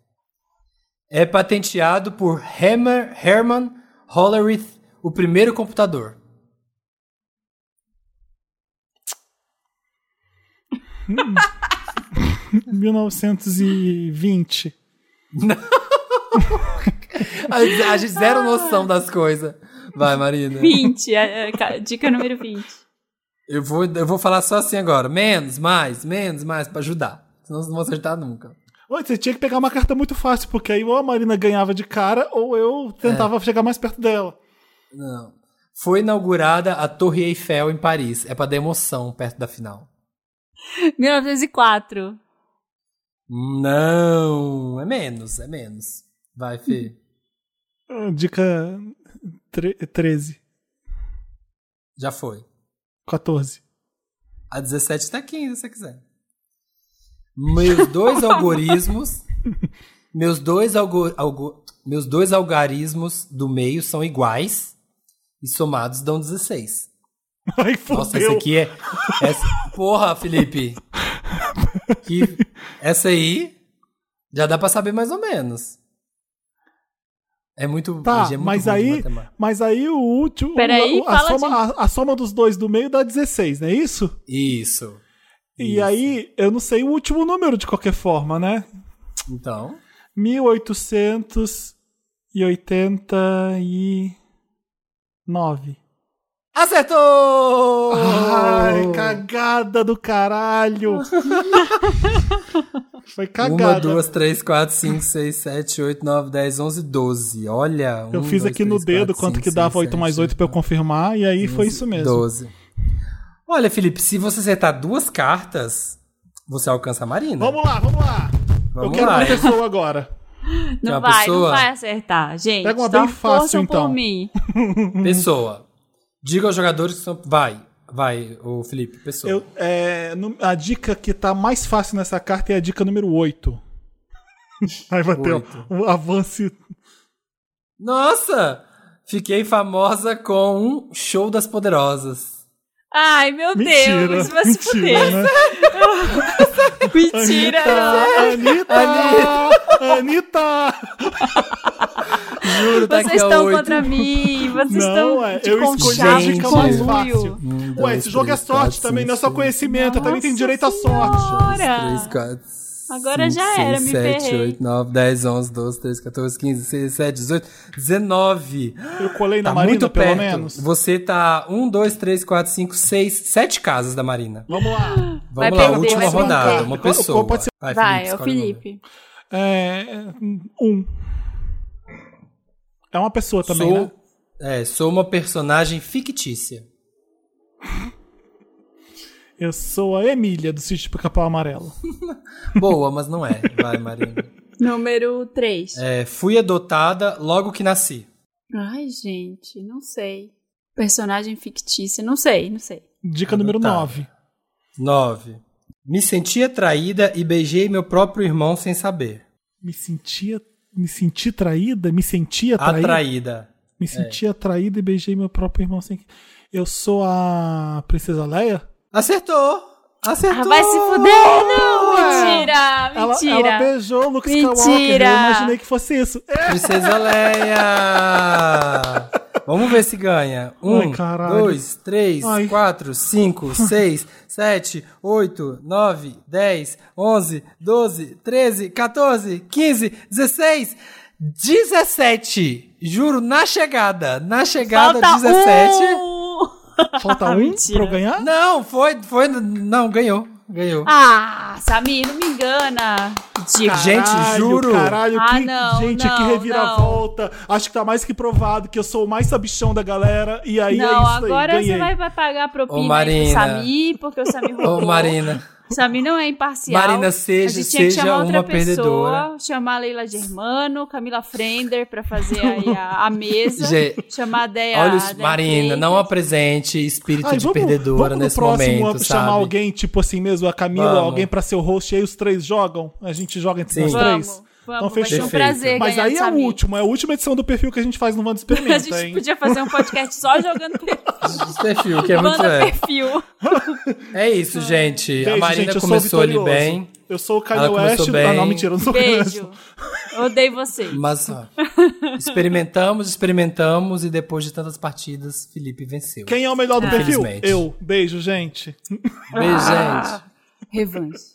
S4: É patenteado por Hammer, Herman Hollerith, o primeiro computador.
S2: Hum. 1920.
S4: A, a gente zero noção das coisas. Vai, Marina.
S3: 20. é, é, ca- Dica número 20.
S4: Eu vou, eu vou falar só assim agora. Menos, mais, menos, mais, pra ajudar. Senão vocês não vão acertar nunca.
S2: Oi, você tinha que pegar uma carta muito fácil, porque aí ou a Marina ganhava de cara, ou eu
S4: É.
S2: tentava chegar mais perto dela.
S4: Não. Foi inaugurada a Torre Eiffel em Paris. É pra dar emoção perto da final.
S3: 1904.
S4: Não, é menos, é menos. Vai, Fê.
S2: Ah, Dica tre- 13,
S4: Já foi.
S2: 14.
S4: A 17 tá 15, se você quiser. Meus dois algoritmos. Meus dois algo, algo- meus dois algarismos do meio são iguais e somados dão 16.
S2: Ai, fodeu.
S4: Nossa, essa aqui é. essa- porra, Felipe! Que- essa aí já dá pra saber mais ou menos. É muito.
S2: Tá,
S4: é muito
S2: mas
S4: ruim de
S2: aí,
S4: matemática.
S2: mas aí o último.
S3: Peraí,
S2: o- a,
S3: fala
S2: soma, a, a soma dos dois do meio dá 16, não é isso?
S4: Isso.
S2: E
S4: Isso.
S2: aí, eu não sei o último número de qualquer forma, né?
S4: Então.
S2: 1889.
S4: Acertou!
S2: Ai, cagada do caralho! Foi
S4: Uma,
S2: cagada.
S4: duas, três, quatro, cinco, seis, sete, oito, nove, dez, onze, doze. Olha.
S2: eu
S4: um,
S2: fiz
S4: dois,
S2: aqui no
S4: três,
S2: dedo
S4: quatro,
S2: quanto
S4: cinco,
S2: que dava
S4: seis,
S2: 8 mais
S4: sete,
S2: 8 pra eu confirmar, e aí foi isso mesmo.
S4: Doze. Olha, Felipe, se você acertar duas cartas, você alcança a Marina.
S2: Vamos lá, vamos lá! eu
S4: Vamos
S2: quero
S4: lá, é.
S2: uma
S4: hein?
S2: pessoa agora.
S4: Tem uma
S3: Não vai,
S4: pessoa?
S3: não vai acertar, gente.
S2: Pega uma
S3: Só
S2: bem fácil,
S3: torçam
S2: então.
S3: por mim.
S4: Pessoa. Diga aos jogadores que são... Vai. Vai, ô Felipe, pessoa.
S2: Eu, é, nu- a dica que tá mais fácil nessa carta é a dica número 8. Aí vai ter
S4: Oito.
S2: um, um avance.
S4: Nossa! Fiquei famosa com um show das poderosas.
S3: Ai, meu
S2: Mentira.
S3: Deus, vai se
S2: mentira,
S3: fuder.
S2: né?
S3: Mentira.
S2: Anitta! Anitta! Anitta!
S4: Juro, tá aqui,
S3: Vocês
S4: ó,
S3: estão
S4: oito.
S3: contra mim, vocês
S2: Não,
S3: estão
S2: ué,
S3: de é
S2: eu escolhi a
S3: conchavo,
S2: dica
S3: de
S2: mais
S3: conluio.
S2: fácil.
S4: Um, dois,
S2: Ué, esse jogo é
S4: três, quatro,
S2: sorte também,
S4: cinco,
S2: não é só
S4: seis.
S2: conhecimento, eu também tem
S3: Nossa
S2: direito à sorte.
S3: Senhora!
S4: Dois, três, quatro.
S3: Agora já era, me
S4: 7,
S3: ferrei.
S4: 8, 9, 10, 11, 12, 13, 14, 15, 16, 17, 18, 19.
S2: Eu colei na
S4: Tá
S2: Marina,
S4: muito
S2: pelo
S4: perto.
S2: menos.
S4: Você tá 1, 2, 3, 4, 5, 6, 7 casas da Marina.
S2: Vamos lá.
S4: Vamos
S3: Vai
S4: lá,
S3: perder,
S4: última
S3: vai perder.
S4: rodada. Uma
S2: Qual- qual É,
S4: pessoa.
S2: pode ser?
S3: Vai, é o
S4: escolhe um número.
S3: Felipe.
S2: É. Um. É uma pessoa também,
S4: sou,
S2: né?
S4: é, sou uma personagem fictícia.
S2: Eu sou a Emília do Sítio Pica-Pau Amarelo.
S4: Boa, mas não é. Vai, Marina.
S3: Número 3.
S4: É, fui adotada logo que nasci.
S3: Ai, gente, não sei. Personagem fictício, não sei, não sei.
S2: Dica número
S4: Tá.
S2: 9.
S4: 9. Me senti atraída e beijei meu próprio irmão sem saber.
S2: Me sentia. Me senti traída? Me sentia traída?
S4: Atraída.
S2: Me senti atraída e beijei meu próprio irmão sem. Eu sou a Princesa Leia?
S4: Acertou! Acertou!
S3: Ah, vai se fuder, não! Mentira,
S2: Ela,
S3: mentira.
S2: ela beijou o Luke Skywalker.
S3: Mentira.
S2: Eu imaginei que fosse isso. É,
S4: Princesa Leia! Vamos ver se ganha. Um,
S2: Ai, caralho.
S4: dois, três,
S2: Ai.
S4: quatro, cinco, seis, sete, oito, nove, dez, onze, doze, treze, 14, 15, 16, 17. Juro, na chegada. Na chegada,
S3: Falta
S4: 17.
S3: um!
S2: falta um
S3: Mentira.
S2: pra eu ganhar?
S4: Não, foi, foi. Não, ganhou. Ganhou.
S3: Ah, Samir, não me engana. Dica.
S4: Gente, juro.
S2: Caralho,
S3: Ah,
S2: que,
S3: não,
S2: gente,
S3: não,
S2: que reviravolta. Acho que tá mais que provado que eu sou o mais sabichão da galera. E aí é
S3: não,
S2: isso
S3: agora
S2: aí.
S3: você
S2: Ganhei.
S3: vai vai pagar a propina
S4: Ô,
S3: aí
S4: Marina.
S3: pro Samir, porque o Samir roubou.
S4: Ô, Marina.
S3: O Samir não é imparcial.
S4: Marina, seja-
S3: A gente tinha que
S4: seja
S3: chamar outra
S4: uma
S3: pessoa,
S4: perdedora.
S3: chamar a Leila Germano, Camila Frender pra fazer aí a, a mesa.
S4: Gente,
S3: chamar a Deia.
S4: Olha,
S3: a
S4: os-
S3: Deia
S4: Marina,
S3: Freitas.
S4: não apresente espírito
S2: Ai,
S4: de perdedora
S2: Ah, vamos
S4: nesse
S2: no próximo
S4: momento,
S2: up
S4: sabe?
S2: chamar alguém, tipo assim mesmo, a Camila,
S4: Vamos.
S2: alguém pra ser o host, e aí os três jogam? A gente joga entre
S4: Sim.
S2: nós
S3: Vamos,
S2: três?
S3: vamos,
S2: então
S3: vai ser
S2: fechou.
S3: um
S4: Perfeito.
S3: prazer
S2: Mas
S3: ganhar
S2: aí
S3: do
S2: é o
S3: Samir.
S2: último, é a última edição do perfil que a gente faz no Wanda
S3: A
S2: Experimenta,
S3: gente
S2: hein?
S3: podia fazer um podcast só jogando perfil.
S4: Esse perfil, que é muito
S3: Manda
S4: é.
S3: perfil.
S4: É isso, gente.
S2: Beijo,
S4: a Marina
S2: gente, eu sou
S4: começou ali
S2: vitorioso.
S4: bem,
S2: Eu sou o Kanye
S4: Ela começou
S2: West. Ah, não,
S4: bem.
S2: mentira, eu não sou o Kanye West.
S3: Beijo. Odeio vocês.
S4: mas ó, experimentamos, experimentamos e depois de tantas partidas, Felipe venceu.
S2: Quem é o melhor do perfil?
S4: Ah. Infelizmente.
S2: Eu. Beijo, gente.
S4: Beijo, gente.
S3: Revanche.